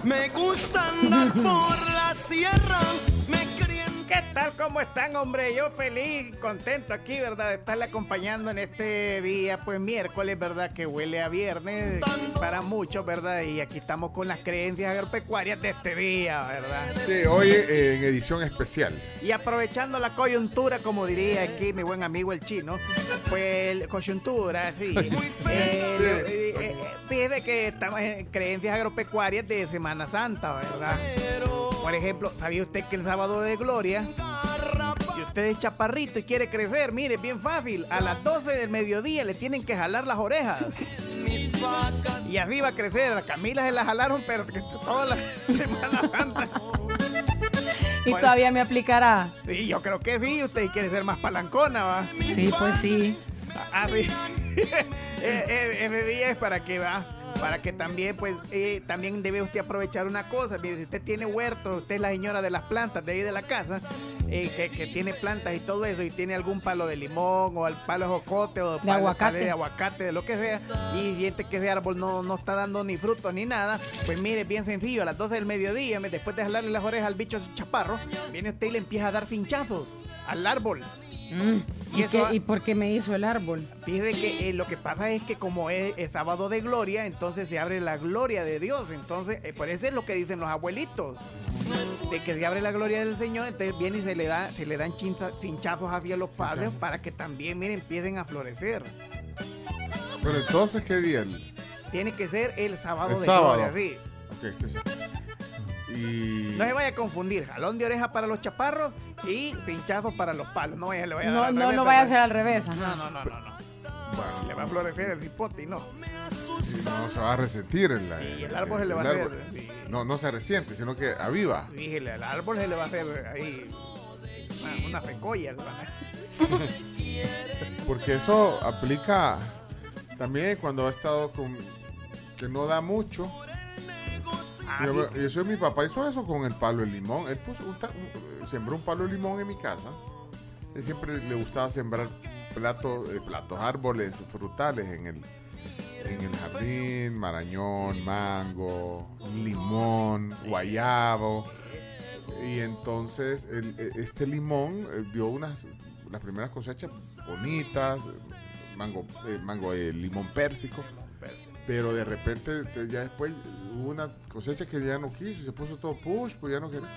S1: Me gusta andar por la sierra. Me crían. ¿Qué tal? ¿Cómo están, hombre? Yo feliz, contento aquí, ¿verdad? De estarle acompañando en este día, pues miércoles, ¿verdad? Que huele a viernes para muchos, ¿verdad? Y aquí estamos con las creencias agropecuarias de este día, ¿verdad?
S6: Sí, hoy eh, en edición especial.
S1: Y aprovechando la coyuntura, como diría aquí mi buen amigo el chino, pues el- coyuntura, sí. Eh, lo- eh, eh, fíjese que estamos en creencias agropecuarias de Semana Santa, ¿verdad? Por ejemplo, ¿sabía usted que el sábado de gloria, si usted es chaparrito y quiere crecer, mire, es bien fácil, a las 12 del mediodía le tienen que jalar las orejas. Y así va a crecer, a la Camila se la jalaron, pero que toda la (laughs) Semana Santa.
S11: Y todavía me aplicará.
S1: Sí, yo creo que sí. Usted quiere ser más palancona, ¿va?
S11: Sí, pues sí.
S1: Ah, sí. (laughs) Eh, eh, ese día es para que va. Para que también, pues, eh, también debe usted aprovechar una cosa. Mire, si usted tiene huerto, usted es la señora de las plantas de ahí de la casa, eh, que, que tiene plantas y todo eso, y tiene algún palo de limón o el palo de jocote o palo-
S11: aguacate.
S1: palo de aguacate, de lo que sea, y siente que ese árbol no, no está dando ni fruto ni nada, pues mire, es bien sencillo, a las 12 del mediodía, me- después de jalarle las orejas al bicho chaparro, viene usted y le empieza a dar cinchazos al árbol.
S11: Mm, ¿Y,
S1: eso
S11: qué-
S1: ha-
S11: ¿Y por qué me hizo el árbol?
S1: Fíjese que eh, lo que pasa es que como es, es sábado de gloria, entonces se abre la gloria de Dios. Entonces, eh, por eso es lo que dicen los abuelitos. De que se abre la gloria del Señor, entonces viene y se le da, se le dan chinza- cinchazos hacia los padres para que también, miren, empiecen a florecer.
S6: Bueno, entonces, ¿qué día? El,
S1: Tiene que ser el sábado
S6: el
S1: de
S6: sábado.
S1: gloria, sí.
S6: Ok, este es- Y...
S1: No se vaya a confundir, jalón de oreja para los chaparros y cinchazos para los palos. No vaya, le vaya a dar
S11: No,
S1: al
S11: no,
S1: revés,
S11: no vaya a
S1: ¿verdad?
S11: ser al revés. ajá.
S1: No, no, no, no, no.
S6: Bueno,
S1: Le va a florecer el cipote y no.
S6: y no se va a resentir el, sí,
S1: el árbol se le va a hacer,
S6: No, no se resiente, sino que aviva.
S1: Dije, al árbol se le va a hacer ahí una, una fecoya. le va a hacer.
S6: (laughs) Porque eso aplica también cuando ha estado con que no da mucho.
S3: Ah,
S6: Yo, me- yo soy mi papá hizo eso con el palo de limón. Él puso un ta- un- sembró un palo de limón en mi casa. Él siempre le gustaba sembrar platos, platos, árboles frutales en el, en el jardín, marañón, mango, limón, guayabo. Y entonces el- e- este limón eh, dio unas las primeras cosechas bonitas, eh, mango, eh, mango eh, limón pérsico. Pero de repente te- ya después hubo una cosecha que ya no quiso, se puso todo push, pues ya no quería.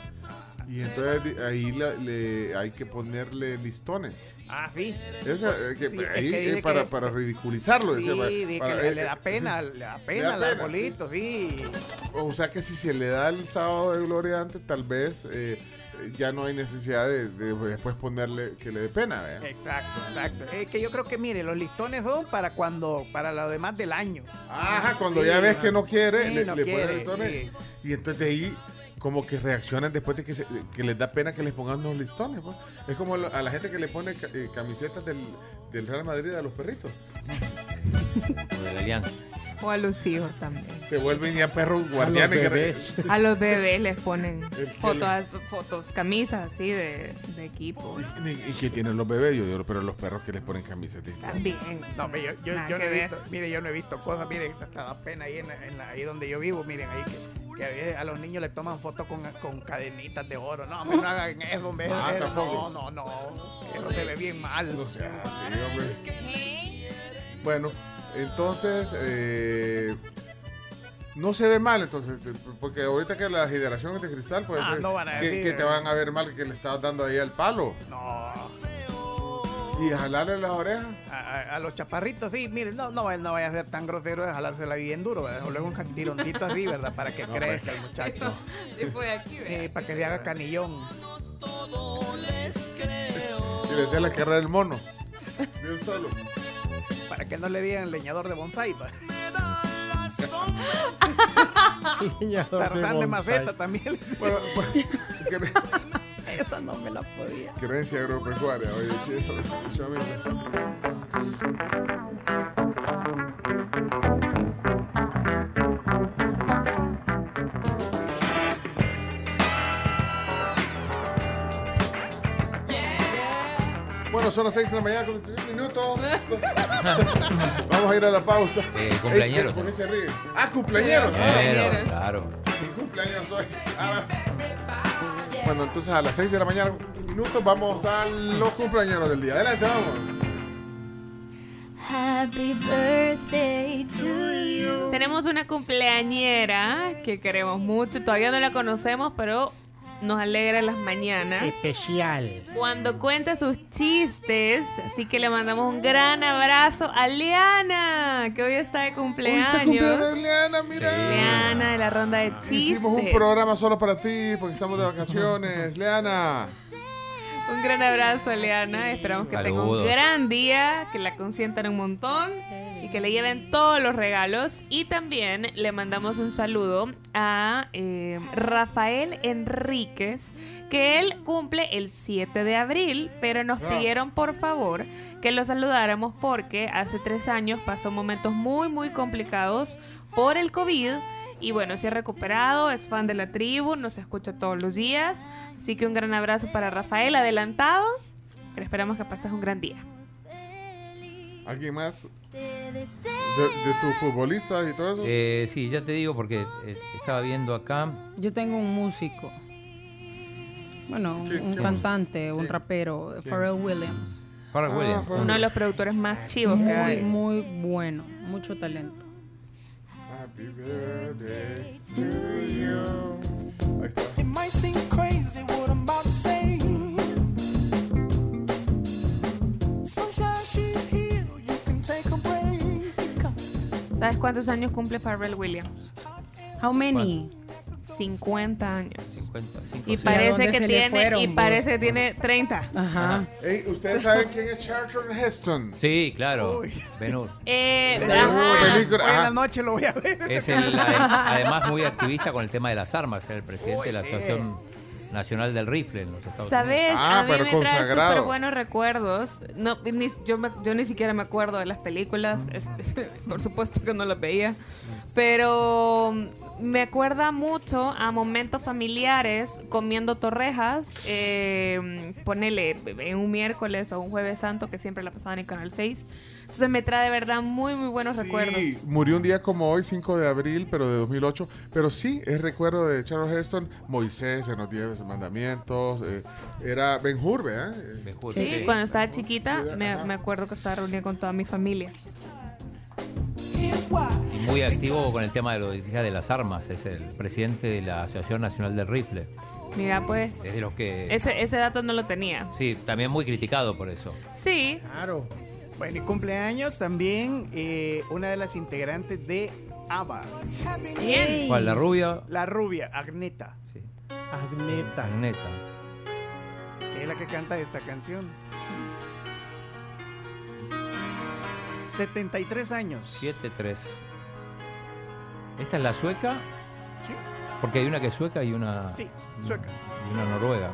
S6: Y entonces di- ahí la- le- hay que ponerle listones.
S1: Ah, sí.
S6: Esa, eh, que-
S1: Sí, es
S6: ahí
S1: que dice
S6: es para,
S1: que-
S6: para ridiculizarlo.
S1: Sí,
S6: decía, para-
S1: de que
S6: para-
S1: le,
S6: eh,
S1: le da
S6: eh,
S1: pena,
S6: sí.
S1: le da
S6: Le da
S1: pena al
S6: pena,
S1: arbolito, sí.
S6: O sea que si se le da el sábado de gloria antes, tal vez eh, ya no hay necesidad de, de después ponerle que le dé pena, ¿verdad?
S1: Exacto, exacto. Es que yo creo que, mire, los listones son para cuando, para lo demás del año.
S6: Ajá, cuando ya ves que no quiere,
S1: Sí,
S6: le,
S1: no
S6: le pones
S1: quiere,
S6: listones.
S1: sí.
S6: Y entonces de ahí como que reaccionan después de que, se- que les da pena que les pongan los listones. pues. Es como lo- a la gente que le pone ca- eh, camisetas del, del Real Madrid a los perritos.
S8: de la alianza.
S7: O a los hijos también.
S6: Se vuelven ya perros guardianes. que re- sí.
S7: A los bebés les ponen
S6: El
S7: fotos, fotos, camisas así de, de equipo.
S6: ¿Y, y qué tienen los bebés? Yo digo, pero los perros que les ponen camisetas.
S7: También.
S1: No, hombre, yo, yo-
S7: Nada
S1: yo no
S7: que
S1: he
S7: ver.
S1: visto, mire, yo no he visto cosas, mire, hasta da pena ahí, en, en la- ahí donde yo vivo, miren, ahí que, que a veces a los niños le toman fotos con, con cadenitas de oro. No,
S6: (laughs)
S1: hombre, no hagan eso, hombre.
S6: Ah,
S1: eso,
S6: tampoco.
S1: No, no, no. Eso se ve bien mal.
S6: O sea, sí, hombre. Bueno, entonces eh, no se ve mal, entonces, te- porque ahorita que la generación es de cristal, puede
S1: Ah,
S6: ser
S1: no van a
S6: que,
S1: decir,
S6: que te
S1: eh.
S6: van a ver mal que le estás dando ahí al palo
S1: No.
S6: y jalarle las orejas.
S1: A, a- a los chaparritos, sí, miren, no, no, vaya- no vaya a ser tan grosero de jalársela bien duro, ¿verdad? O luego un cantironcito así, ¿verdad? Para que
S6: No,
S1: crezca
S6: pues.
S1: el muchacho.
S7: Después de aquí,
S1: Eh, para que se haga canillón. (laughs)
S6: Y le hacía la carrera del mono. Yo solo.
S1: Para que no le digan leñador de bonsai. pues. ¿va?
S15: Leñador de
S1: Tarzán
S15: bonsai.
S1: de maceta también.
S6: Bueno,
S1: pues,
S6: (laughs)
S1: Esa no me la podía.
S6: Creencia agropecuaria, oye, chido. Yo me- Bueno, son las 6 de la mañana con 18 minutos. Vamos a ir a la pausa.
S8: Eh, cumpleañeros.
S6: Ey, ¿Por qué se ríe? Ah, cumpleaños.
S8: Claro, claro.
S6: cumpleaños hoy. Ah, va. Bueno, entonces a las 6 de la mañana, minutos, vamos a los cumpleaños del día. Adelante, vamos.
S16: Happy birthday to you. Tenemos una cumpleañera que queremos mucho. Todavía no la conocemos, pero nos alegra las mañanas.
S15: Especial.
S16: Cuando cuenta sus chistes. Así que le mandamos un gran abrazo a Liana, que hoy está de cumpleaños.
S6: está cumpleaños Liana, Eh, mira.
S16: Liana de la ronda de chistes.
S6: Hicimos pues, un programa solo para ti porque estamos de vacaciones. Leana.
S7: Un gran abrazo, Eliana. Esperamos que tenga un
S6: Saludos.
S7: gran día, que la consientan un montón y que le lleven todos los regalos. Y también le mandamos un saludo a eh, Rafael Enríquez, que él cumple el 7 de abril, pero nos
S16: Ah.
S7: pidieron por favor que lo saludáramos porque hace tres años pasó momentos muy, muy complicados por el COVID. Y bueno, se ha recuperado, es fan de la tribu, nos escucha todos los días. Así que un gran abrazo para Rafael adelantado. Pero esperamos que pases un gran día.
S6: ¿Alguien más? De, de tu futbolista y todo eso.
S8: Eh, sí, ya te digo porque eh, estaba viendo acá.
S11: Yo tengo un músico. Bueno, un-
S8: ¿Quién?
S11: un
S8: ¿Quién?
S11: cantante, un rapero,
S8: ¿Quién?
S11: Pharrell Williams.
S8: Pharrell Ah, Williams. Pharrell.
S7: Uno de los productores más chivos
S11: muy,
S7: que hay.
S11: Muy bueno, mucho talento.
S6: Happy birthday to you. Ahí está.
S2: It might seem crazy what I'm about to say. Sunshine, she's here. You can take a break.
S7: ¿Sabes cuántos años cumple Pharrell Williams?
S11: How
S8: many?
S7: 50 años.
S8: 50,
S7: Y
S8: 5,
S7: parece que
S11: se le
S7: tiene
S11: fueron,
S7: y
S11: vos?
S7: parece que tiene 30.
S11: Ajá.
S6: Ah, Ey, ¿Ustedes saben quién es Charlton Heston?
S8: Sí, claro. (laughs) Benur.
S7: Eh,
S6: Tenemos
S7: ajá.
S6: una película.
S1: Hoy en
S6: Ajá.
S1: la noche lo voy a ver.
S8: Es el, a- además muy activista con el tema de las armas, era el presidente de la Asociación Nacional del Rifle en los Estados
S7: ¿Sabes?
S8: Unidos.
S6: Ah,
S7: a mí me trae súper buenos recuerdos. No, ni- yo, me- yo ni siquiera me (laughs) acuerdo de las películas. Es- es- por supuesto que no las veía. Pero mm, me acuerda mucho a momentos familiares comiendo torrejas, eh, ponele en un miércoles o un jueves santo que siempre la pasaban en Canal 6. Entonces me trae de verdad muy, muy buenos (laughs) recuerdos.
S6: Murió un día como hoy, 5 de abril, pero de 2008. Pero sí, es recuerdo de Charles Heston, Moisés en los 10 mandamientos. eh, era Ben Hur, ¿verdad? Eh,
S7: Sí, cuando estaba chiquita me,
S6: Ajá.
S7: me acuerdo que estaba reunida con toda mi familia.
S8: Y muy activo con el tema de lo decía, de las armas. Es el presidente de la Asociación Nacional del Rifle.
S7: Mira, pues
S8: Es de los que.
S7: ese, ese dato no lo tenía.
S8: Sí, también muy criticado por eso.
S7: Sí.
S1: Claro. Bueno, y cumpleaños también eh, una de las integrantes de ABBA.
S8: Bien. ¿Cuál, la rubia?
S1: La rubia, Agneta,
S9: Agneta.
S8: Agneta.
S1: que es la que canta esta canción. 73 años.
S8: 7-3. ¿Esta es la sueca?
S1: Sí.
S8: Porque hay una que es sueca y una.
S1: Sí, sueca.
S8: Y una noruega.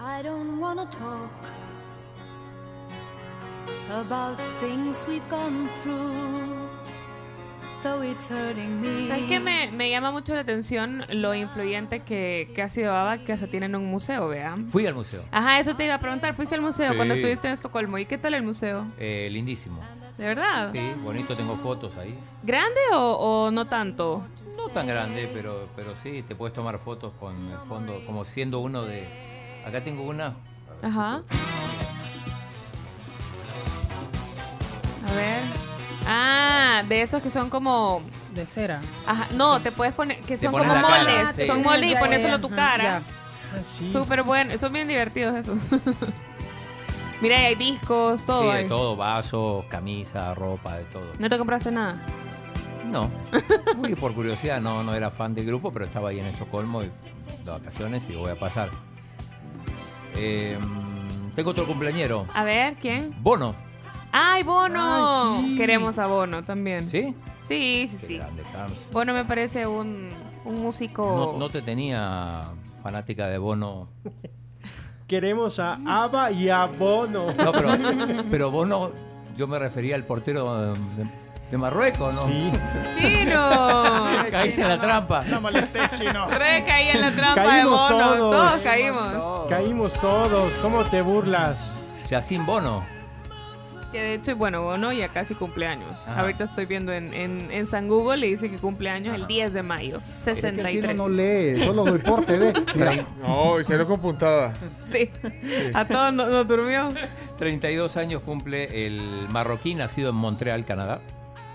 S17: I don't want to talk about things we've gone through, though it's hurting me.
S7: ¿Sabes qué? Me, me llama mucho la atención lo influyente que, que ha sido ABBA, que hasta tienen un museo, vea.
S8: Fui al museo.
S7: Ajá, eso te iba a preguntar. ¿Fuiste al museo
S8: Sí.
S7: cuando estuviste en Estocolmo? ¿Y qué tal el museo?
S8: Eh, lindísimo.
S7: ¿De verdad?
S8: Sí, bonito, tengo fotos ahí.
S7: ¿Grande o, o no tanto?
S8: No tan grande, pero, pero sí, te puedes tomar fotos con el fondo, como siendo uno de. Acá tengo una.
S7: Ajá. A ver. Ah, de esos que son como.
S11: De cera.
S7: Ajá, no, te puedes poner. Que
S11: Te
S7: son
S11: pones
S7: como
S11: la cara,
S7: moldes.
S11: sí.
S7: Son moldes y
S11: Ya,
S7: pones
S11: ya, Ah,
S7: solo tu
S11: ajá,
S7: cara.
S9: sí.
S7: Súper bueno. Son bien divertidos esos. (laughs) Mira, y hay discos, todo.
S8: sí, de
S7: hay.
S8: todo, vasos, camisa, ropa, de todo.
S7: No te compraste nada.
S9: (laughs)
S8: No. Muy por curiosidad, no, no era fan del grupo, pero estaba ahí en Estocolmo y, de vacaciones y voy a pasar. Eh, tengo otro cumpleañero.
S7: A ver, ¿quién?
S8: Bono.
S7: ¡Ay,
S11: Ah,
S7: Bono!
S8: Ay, sí.
S7: Queremos a Bono también.
S8: ¿Sí?
S7: Sí, sí,
S8: Qué
S7: sí.
S8: grande, Carms.
S7: Bono me parece un, un
S9: Oh.
S7: músico.
S8: No, no te tenía fanática de Bono.
S9: Queremos a Ava y a Bono.
S8: No, pero, pero Bono, yo me refería al portero de, de Marruecos, ¿no? Sí.
S7: ¡Chino!
S8: Caíste en la trampa.
S1: molesté, chino.
S7: (laughs) Re caí en la trampa
S9: Caímos
S7: de Bono.
S9: todos.
S7: Todos caímos.
S9: Caímos todos. ¿Cómo te burlas?
S8: Yacine Bono.
S7: Que de hecho, bueno, Bono ya casi cumpleaños.
S8: Ajá.
S7: Ahorita estoy viendo en, en, en San Google le dice que cumpleaños el 10 de mayo.
S12: El chino
S7: 63.
S12: no lee, solo ¿eh? deporte, ve. Mira.
S6: (laughs) No, y salió con puntada.
S7: Sí. (laughs) A todos nos, nos durmió.
S8: 32 años cumple el marroquí, nacido en Montreal, Canadá.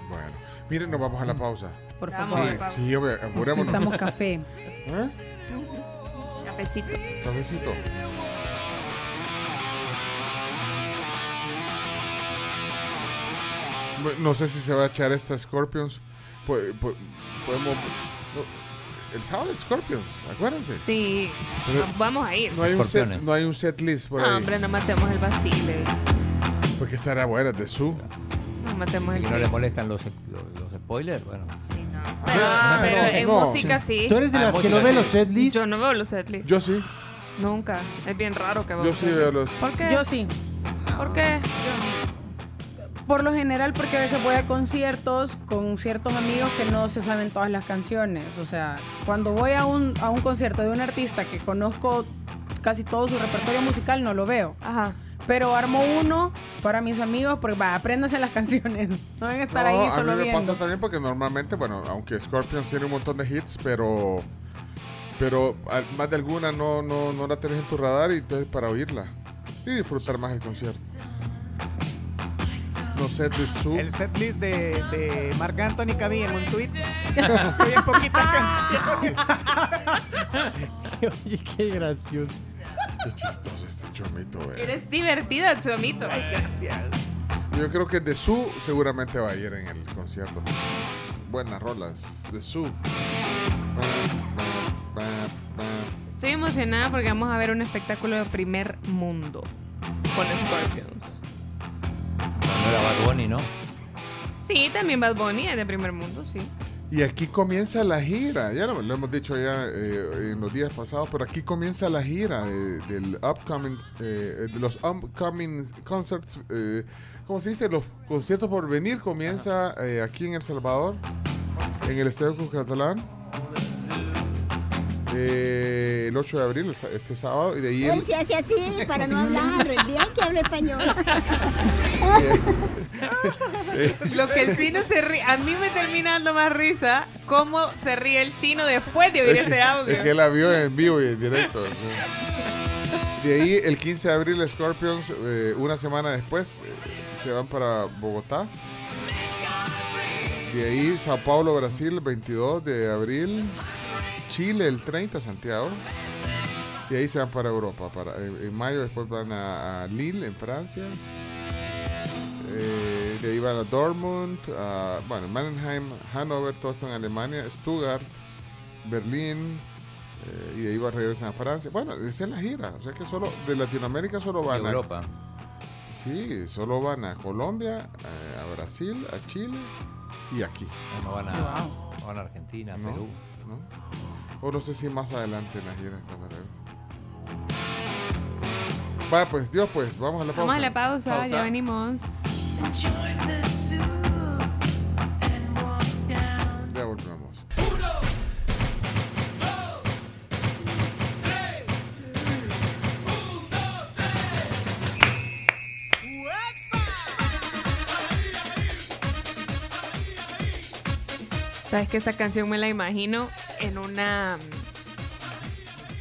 S6: Bueno, miren, nos vamos a la pausa.
S11: Por favor.
S6: Sí, sí, hombre, ¿Eh? apurémonos.
S11: Necesitamos café.
S7: Cafecito.
S6: Cafecito. Bu- No sé si se va a echar esta Scorpions. Pu- pu- podemos. no, el sábado es Scorpions, acuérdense.
S7: Sí.
S6: Pero-
S7: Vamos a ir.
S6: No hay, un set, no hay un set list por
S7: No,
S6: ahí.
S7: hombre, no matemos el vacile.
S6: Porque estará buena de su.
S7: No matemos
S8: Si
S7: el
S8: no le molestan los, los, los spoilers, bueno.
S7: Pero,
S8: Ah,
S7: pero
S8: no,
S7: en
S8: no.
S7: música sí.
S9: ¿Tú eres de
S8: Ah,
S9: las que
S8: música,
S9: no ve
S8: sí.
S9: los setlists?
S7: Yo no veo los setlists.
S6: Yo sí.
S7: Nunca. Es bien raro que veo
S6: Yo sí veo
S7: setlists.
S6: los.
S7: ¿Por qué?
S11: Yo
S7: (laughs)
S11: sí.
S7: ¿Por qué?
S11: Por lo general, porque a veces voy a conciertos con ciertos amigos que no se saben todas las canciones. O sea, cuando voy a un, a un concierto de un artista que conozco casi todo su repertorio musical, no lo veo.
S7: Ajá.
S11: Pero armo uno para mis amigos, porque va, apréndanse las canciones. (laughs) No van a estar
S6: No,
S11: ahí
S6: a
S11: solo
S6: mí me
S11: viendo.
S6: pasa también porque normalmente, bueno, aunque Scorpions tiene un montón de hits, pero pero al- más de alguna no, no, no la tenés en tu radar y entonces para oírla y disfrutar más el concierto. No sé de
S7: (laughs)
S6: su.
S1: El setlist de, de Marc Anthony Camille en un tweet. Bien
S6: (laughs)
S1: poquitas canciones.
S9: (laughs) Oye, qué gracioso.
S6: Qué chistoso este chomito, eh.
S7: Eres divertido, chomito.
S1: Ay, gracias.
S6: Yo creo que de su seguramente va a ir en el concierto. Buenas rolas, de su.
S7: Estoy emocionada porque vamos a ver un espectáculo de primer mundo con Scorpions.
S8: No era Bad Bunny, ¿no?
S7: Sí, también Bad Bunny es de primer mundo, sí.
S6: Y aquí comienza la gira, ya lo, lo hemos dicho ya eh, en los días pasados, pero aquí comienza la gira de, del upcoming, eh, de los upcoming concerts, eh, ¿cómo se dice? Los conciertos por venir comienza eh, aquí en El Salvador, en el Estadio Catalán, eh, el 8 de abril, el sa- este sábado, y de ahí el,
S18: Él se hace así para no hablar, bien que habla español.
S7: (laughs)
S6: eh,
S7: Lo que el chino se ríe, a mí me termina dando más risa cómo se ríe el chino después de oír
S6: (laughs) Es que-
S7: este audio.
S6: Es que la vio en vivo y en directo. sí. De ahí, el 15 de abril, Scorpions, eh, una semana después, eh, se van para Bogotá. De ahí, Sao Paulo, Brasil, el 22 de abril. Chile, el 30, Santiago. Y ahí se van para Europa. Para, en, en mayo después van a, a Lille, en Francia. Eh, de ahí van a Dortmund, a, bueno, Mannheim, Hannover, todo esto en Alemania, Stuttgart, Berlín, eh, y de ahí va a regresar a Francia. Bueno, esa es la gira. O sea que solo de Latinoamérica solo van a
S8: Europa.
S6: Sí, solo van a Colombia, eh, a Brasil, a Chile y aquí.
S8: No van a, no van a Argentina,
S6: No,
S8: Perú.
S6: ¿no? O no sé si más adelante en la gira. cuando regrese. Va, pues, Dios, pues, vamos a la pausa.
S7: Vamos a la pausa, ya venimos.
S6: Ya volvemos.
S7: Sabes que esta canción me la imagino en una.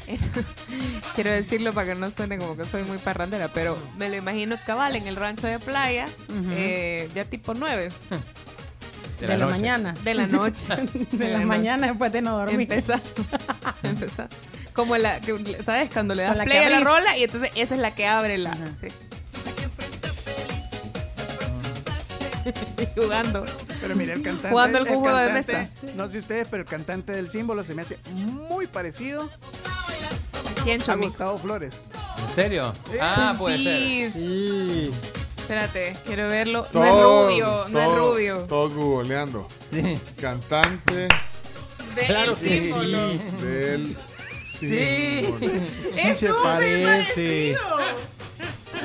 S7: en- (laughs) Quiero decirlo para que no suene como que soy muy parrandera, pero me lo imagino cabal en el rancho de playa,
S11: Ujú.
S7: eh, ya tipo 9.
S11: De la,
S7: noche.
S11: mañana.
S7: De la noche.
S11: (laughs) de, la, mañana después de no dormir.
S7: (laughs) Empezar. empezar. Como la, que- ¿sabes? Cuando le das
S11: Con la que
S7: play a la
S11: abrís.
S7: rola y entonces esa es la que abre la. sí. (laughs) Jugando.
S1: Pero mira, el cantante.
S7: Jugando
S1: el
S7: algún juego de
S1: cantante,
S7: mesa.
S1: No sé ustedes, pero el cantante del símbolo se me hace muy parecido
S7: ¿Quién,
S1: a
S7: Chomix?
S1: Gustavo Flores.
S8: ¿En serio? Ah, puede ser.
S7: Sentís. Espérate, quiero verlo.
S6: Todo-
S7: no es rubio, no es
S6: todo-
S7: rubio.
S6: Todo googleando. Cantante.
S7: Del Claro que símbolo. sí.
S6: Del
S7: Sí.
S6: símbolo.
S7: Sí se
S6: muy
S7: parece.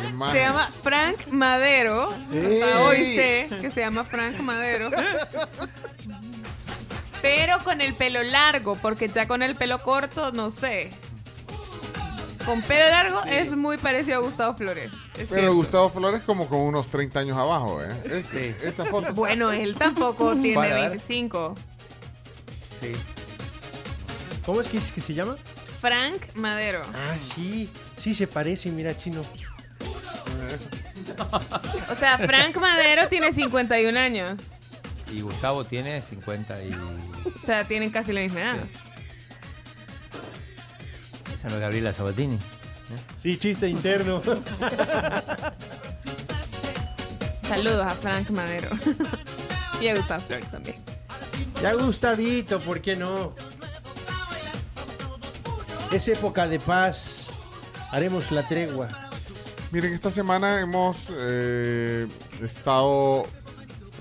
S6: Imagen.
S7: Se llama Frank Madero. Hasta
S6: ¡Ey!
S7: hoy sé que se llama Frank Madero. Pero con el pelo largo, porque ya con el pelo corto, no sé. Con pelo largo es muy parecido a Gustavo Flores. es
S6: Pero
S7: cierto.
S6: Gustavo Flores como con unos 30 años abajo, ¿eh? Este- Esta foto.
S7: Bueno, él tampoco
S6: Para
S7: tiene
S6: ver.
S7: 25.
S9: ¿Cómo es que, que se llama?
S7: Frank Madero.
S9: Ah, sí, sí se parece, mira, chino.
S7: O sea, Frank Madero tiene 51 años.
S8: Y Gustavo tiene 50 y...
S7: O sea, tienen casi la misma edad.
S8: Esa no es Gabriela Sabatini.
S9: Sí, chiste interno.
S7: (laughs) Saludos a Frank Madero. (laughs) y a Gustavo Flores también.
S9: Ya Gustavito, ¿por qué no? Es época de paz. Haremos la tregua.
S6: Miren, esta semana hemos eh, estado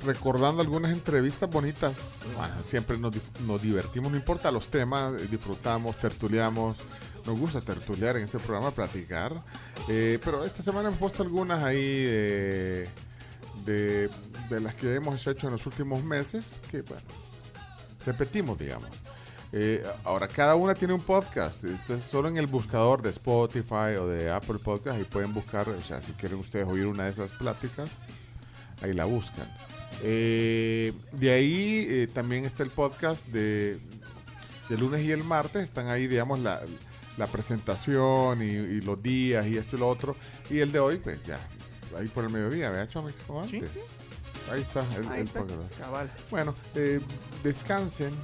S6: recordando algunas entrevistas bonitas. Bueno, siempre nos, dif- nos divertimos, no importa los temas, eh, disfrutamos, tertuleamos. Nos gusta tertulear en este programa, platicar. Eh, pero esta semana hemos puesto algunas ahí eh, de, de las que hemos hecho en los últimos meses, que bueno, repetimos, digamos. Eh, ahora, cada una tiene un podcast. Entonces, solo en el buscador de Spotify o de Apple Podcast, ahí pueden buscar, o sea, si quieren ustedes oír una de esas pláticas, ahí la buscan. Eh, de ahí eh, también está el podcast de, de lunes y el martes, están ahí, digamos, la, la presentación y, y los días y esto y lo otro. Y el de hoy, pues ya, ahí por el mediodía, vea, Chomix, como antes. Ahí está el,
S1: Ahí
S6: el
S1: está,
S6: podcast.
S1: cabal.
S6: Bueno, eh, descansen.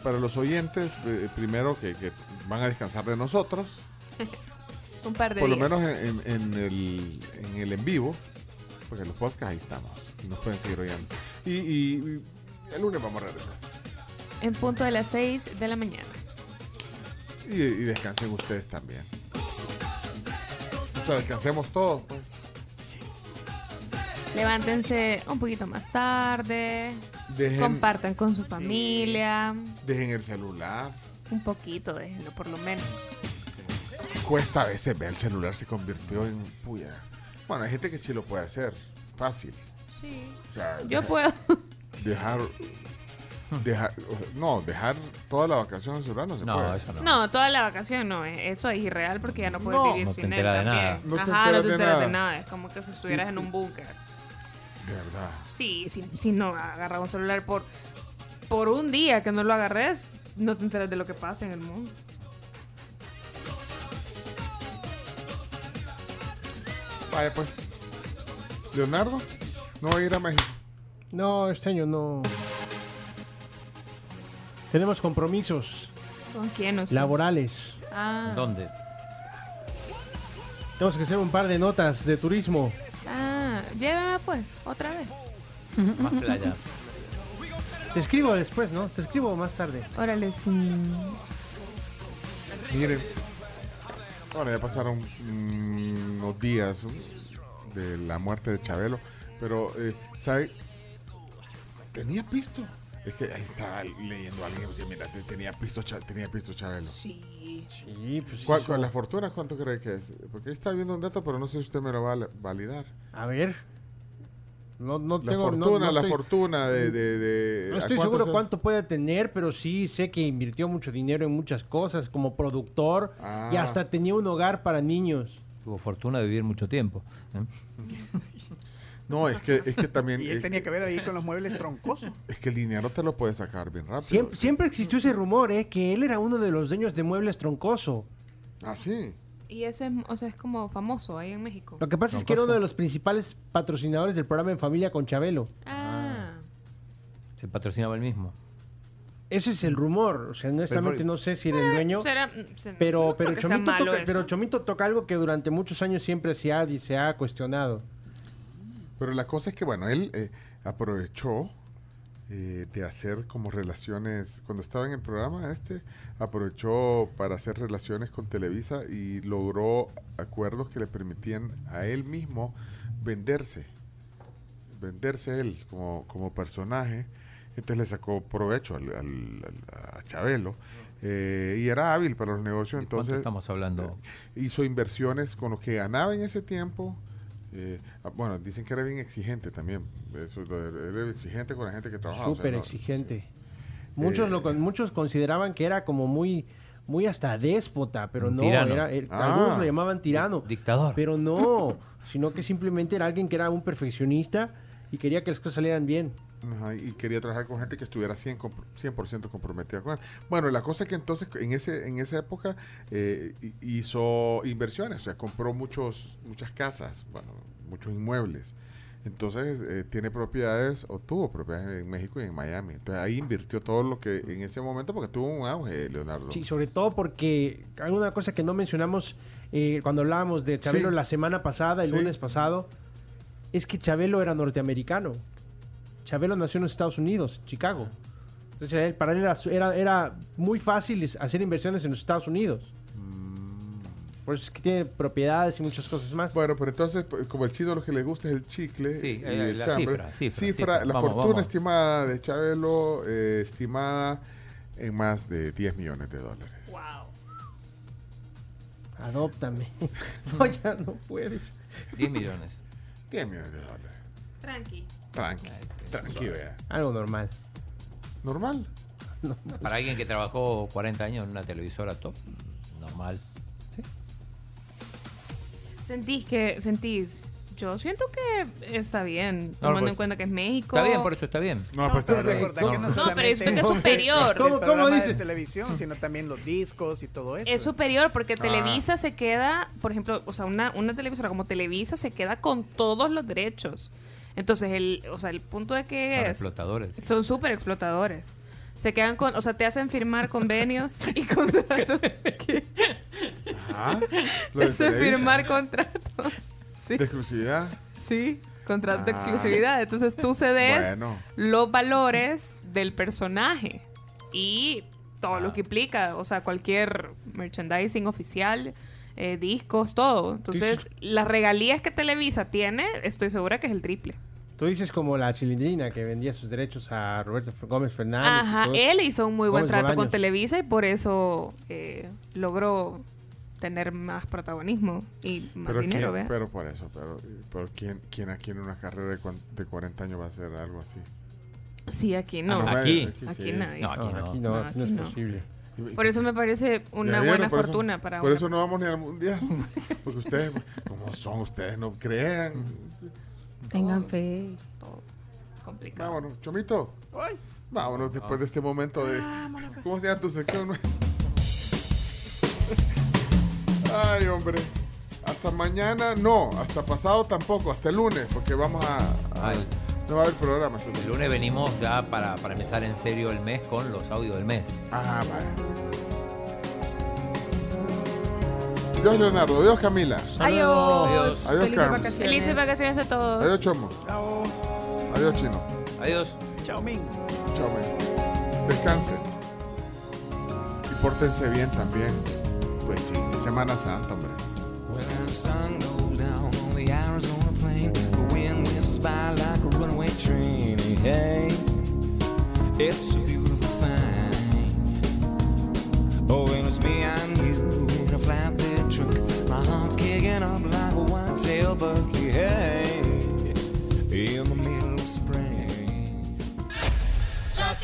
S6: Para los oyentes, eh, primero que, que van a descansar de nosotros,
S7: (laughs) Un par de
S6: por lo
S7: días.
S6: menos en, en- en el, en el en vivo, porque en los podcasts ahí estamos y nos pueden seguir oyendo. Y, y- y el lunes vamos a regresar.
S7: En punto de las 6 de la mañana.
S6: Y, y descansen ustedes también. O sea, descansemos todos. Pues.
S7: Levántense un poquito más tarde.
S6: Dejen-
S7: Compartan con su familia.
S6: Dejen el celular.
S7: Un poquito, déjenlo por lo menos.
S6: Cuesta a veces ver el celular se convirtió en puya. Bueno, hay gente que sí lo puede hacer. Fácil.
S7: Sí.
S6: O sea,
S7: Yo
S6: deja-
S7: puedo.
S6: (laughs) Dejar. dejar o sea, no, dejar toda la vacación en el celular no se puede.
S7: No, toda la vacación no. eh, Eso es irreal porque ya no puedes
S6: No.
S7: vivir
S6: No te
S7: sin él
S6: enteras de
S7: también.
S6: nada. No te
S7: Ajá, no
S6: enteras
S7: te
S6: de
S7: enteras de
S6: nada.
S7: nada. Es como que si estuvieras en un búnker.
S6: De verdad.
S7: Sí, si, si no agarras un celular por, por un día que no lo agarres, no te enteras de lo que pasa en el mundo.
S6: Vaya, pues. Leonardo, no va a ir a México.
S9: No, este año no. Tenemos compromisos
S7: ¿Con quién? No sé.
S9: laborales.
S7: Ah.
S8: ¿Dónde?
S9: Tenemos que hacer un par de notas de turismo.
S7: Ah, llévame pues, otra vez.
S8: Más playa.
S9: Te escribo después, ¿no? Te escribo más tarde.
S7: (laughs) Órale, sí.
S6: Miren. Bueno, ya pasaron mm, unos días mm, de la muerte de Chabelo, pero, eh, ¿sabe? Tenía pisto. Es que ahí estaba leyendo a alguien, decía, mira, te- tenía pisto, Cha- tenía pisto Chabelo.
S7: Sí.
S9: Sí, pues
S6: ¿Cuál,
S9: eso-
S6: cuál- la fortuna cuánto cree que es? Porque ahí está viendo un dato, pero no sé si usted me lo va a la- validar.
S9: A ver. No, no
S6: La
S9: tengo no-
S6: fortuna,
S9: no
S6: la
S9: estoy-
S6: fortuna de... de- de-
S9: No
S6: ¿a
S9: estoy
S6: cuánto
S9: seguro
S6: se-
S9: cuánto puede tener, pero sí sé que invirtió mucho dinero en muchas cosas, como productor y
S8: Ah.
S9: hasta tenía un hogar para niños.
S8: Tuvo fortuna de vivir mucho tiempo. ¿eh?
S6: (laughs) No, es que, es que también...
S1: Y él
S6: es,
S1: tenía que ver ahí con los muebles troncosos.
S6: es que el dinero te lo puede sacar bien rápido.
S9: Siempre, siempre existió ese rumor, ¿eh? Que él era uno de los dueños de muebles troncoso.
S6: Ah, sí.
S7: Y ese es, o sea, es como famoso ahí en México.
S9: Lo que pasa es que era uno de los principales patrocinadores del programa En Familia con Chabelo.
S7: Ah.
S8: Se patrocinaba el mismo.
S9: Ese es el rumor. O sea, honestamente
S8: Pero-
S9: no sé si era
S7: Eh,
S9: el dueño.
S7: será- mm, se-
S9: Pero,
S7: pues no creo
S9: pero,
S7: que sea
S9: Chomito
S7: malo
S9: toca,
S7: eso.
S9: pero Chomito toca algo que durante muchos años siempre se ha, se ha cuestionado.
S6: Pero la cosa es que, bueno, él eh, aprovechó eh, de hacer como relaciones, cuando estaba en el programa este, aprovechó para hacer relaciones con Televisa y logró acuerdos que le permitían a él mismo venderse, venderse él como, como personaje. Entonces le sacó provecho al, al- al- a Chabelo eh, y era hábil para los negocios.
S8: ¿Cuánto
S6: Entonces eh,
S8: estamos hablando?
S6: hizo inversiones con lo que ganaba en ese tiempo. eh, ah, bueno, dicen que era bien exigente también. Eso, lo de- era exigente con la gente
S8: Ah,
S6: que trabajaba. o sea,
S9: Súper
S6: no-
S9: exigente.
S8: Eh,
S9: Muchos, lo, con- muchos consideraban que era como muy, muy hasta déspota, pero
S8: Un
S9: no,
S8: tirano.
S9: era, eh,
S8: Ah.
S9: algunos lo llamaban tirano.
S8: Dictador.
S9: Pero
S8: (laughs)
S9: no, sino que simplemente era alguien que era un perfeccionista y quería que las cosas salieran bien.
S6: Ajá, y quería trabajar con gente que estuviera 100%, compro- 100 comprometida con él. Bueno, la cosa es que entonces en ese en esa época eh, hi- hizo inversiones, o sea, compró muchos muchas casas, bueno, muchos inmuebles. Entonces eh, tiene propiedades o tuvo propiedades en México y en Miami. Entonces ahí invirtió todo lo que en ese momento porque tuvo un auge, Leonardo.
S9: Sí, sobre todo porque alguna cosa que no mencionamos eh, cuando hablábamos de Chabelo
S6: Sí.
S9: la semana pasada, el
S6: Sí.
S9: lunes pasado, es que Chabelo era norteamericano. Chabelo nació en los Estados Unidos, Chicago. Entonces él- para él era, su- era, era muy fácil es- hacer inversiones en los Estados Unidos. Por eso es que tiene propiedades y muchas cosas más.
S6: Mm. Bueno, pero entonces, pues, como el chino lo que le gusta es el chicle
S8: Sí,
S6: y
S8: eh,
S6: el
S8: la
S6: chambre.
S8: cifra, cifra, cifra.
S6: la
S8: Vamos,
S6: fortuna
S8: vamos.
S6: estimada de Chabelo, eh, estimada en más de 10 millones de dólares. (laughs)
S9: Adóptame. (laughs) no, ya no puedes.
S8: 10 millones.
S6: 10 millones de dólares.
S7: Tranqui.
S6: Tranqui, tranqui, vea.
S9: Algo normal.
S6: ¿Normal?
S8: Para alguien que trabajó 40 años en una televisora top, normal.
S7: Sentís que, sentís, yo siento que está bien, tomando
S8: pues,
S7: en cuenta que es México.
S8: Está bien, por eso está bien.
S6: No, pues,
S1: Pero recordar que no, solamente
S7: pero esto que es
S1: (laughs)
S7: (laughs)
S1: el
S7: superior. ¿Cómo- cómo
S1: programa
S7: dice?
S1: De televisión, sino también los discos y todo eso.
S7: Es superior porque
S1: Ah.
S7: Televisa se queda, por ejemplo, o sea, una, una televisora como Televisa se queda con todos los derechos. Entonces, el, o sea, el punto de que
S8: Son
S7: es-
S8: explotadores.
S7: Son súper explotadores. Se quedan con, o sea, te hacen firmar convenios y contratos. (laughs) Ah,
S6: Ajá. Ah, (laughs) Lo
S7: Te
S6: de
S7: hacen
S6: Televisa.
S7: firmar contratos.
S6: De exclusividad.
S7: Sí, contrato de
S6: Ah.
S7: exclusividad. Entonces tú cedes
S6: Bueno.
S7: los valores del personaje
S6: Ah.
S7: y todo lo que implica, o sea, cualquier merchandising oficial, eh, discos, todo. Entonces, las regalías que Televisa tiene, estoy segura que es el triple.
S9: Tú dices como la chilindrina que vendía sus derechos a Roberto F- Gómez Fernández. y
S7: Ajá,
S9: todo eso.
S7: él hizo un muy buen
S9: Gómez
S7: trato con
S9: Bolaños.
S7: Televisa y por eso eh, logró tener más protagonismo y más
S6: Pero,
S7: dinero,
S6: quién-
S7: ¿vea?
S6: pero por eso, pero, pero ¿quién, ¿quién aquí en una carrera de, cuan- de 40 años va a hacer algo así?
S7: Sí, aquí no.
S6: Ah, no,
S7: aquí,
S6: aquí sí.
S7: nadie.
S6: No, aquí no. No, aquí
S9: no es
S6: posible.
S7: Por eso me parece una
S6: Ya vieron,
S7: buena
S6: por eso-
S7: fortuna para
S6: Por
S7: una
S6: eso no vamos ni
S7: (laughs)
S6: al mundial. Porque ustedes, como son ustedes, no crean.
S11: Tengan fe.
S7: complicado.
S6: Vámonos, Chomito. Vámonos después de este momento de.
S7: pues.
S6: ¿Cómo se llama tu sección? (laughs) Ay, hombre. Hasta mañana, no. Hasta pasado tampoco. Hasta el lunes, porque vamos a. a-
S8: Ay.
S6: no va a haber programa. hasta
S8: El lunes venimos ya para, para empezar en serio el mes con los audios del mes.
S6: Ah, vale. Adiós, Leonardo. Adiós, Camila.
S7: Adiós.
S6: Adiós, Carlos.
S7: Felices vacaciones a todos.
S6: Adiós, Chomo.
S2: Chao.
S6: Adiós, Chino.
S8: Adiós.
S2: Chao, Ming.
S6: Chao, men. Descansen. Y pórtense bien también. Pues sí, es Semana Santa, hombre.
S19: When the sun goes down on the Arizona plain, the wind whistles by like a runaway train. Hey, it's a beautiful thing. Oh, and it's me and you in a flatbed truck, my heart kicking up like a whitetail bucky. Hey, in the middle of spring.
S13: La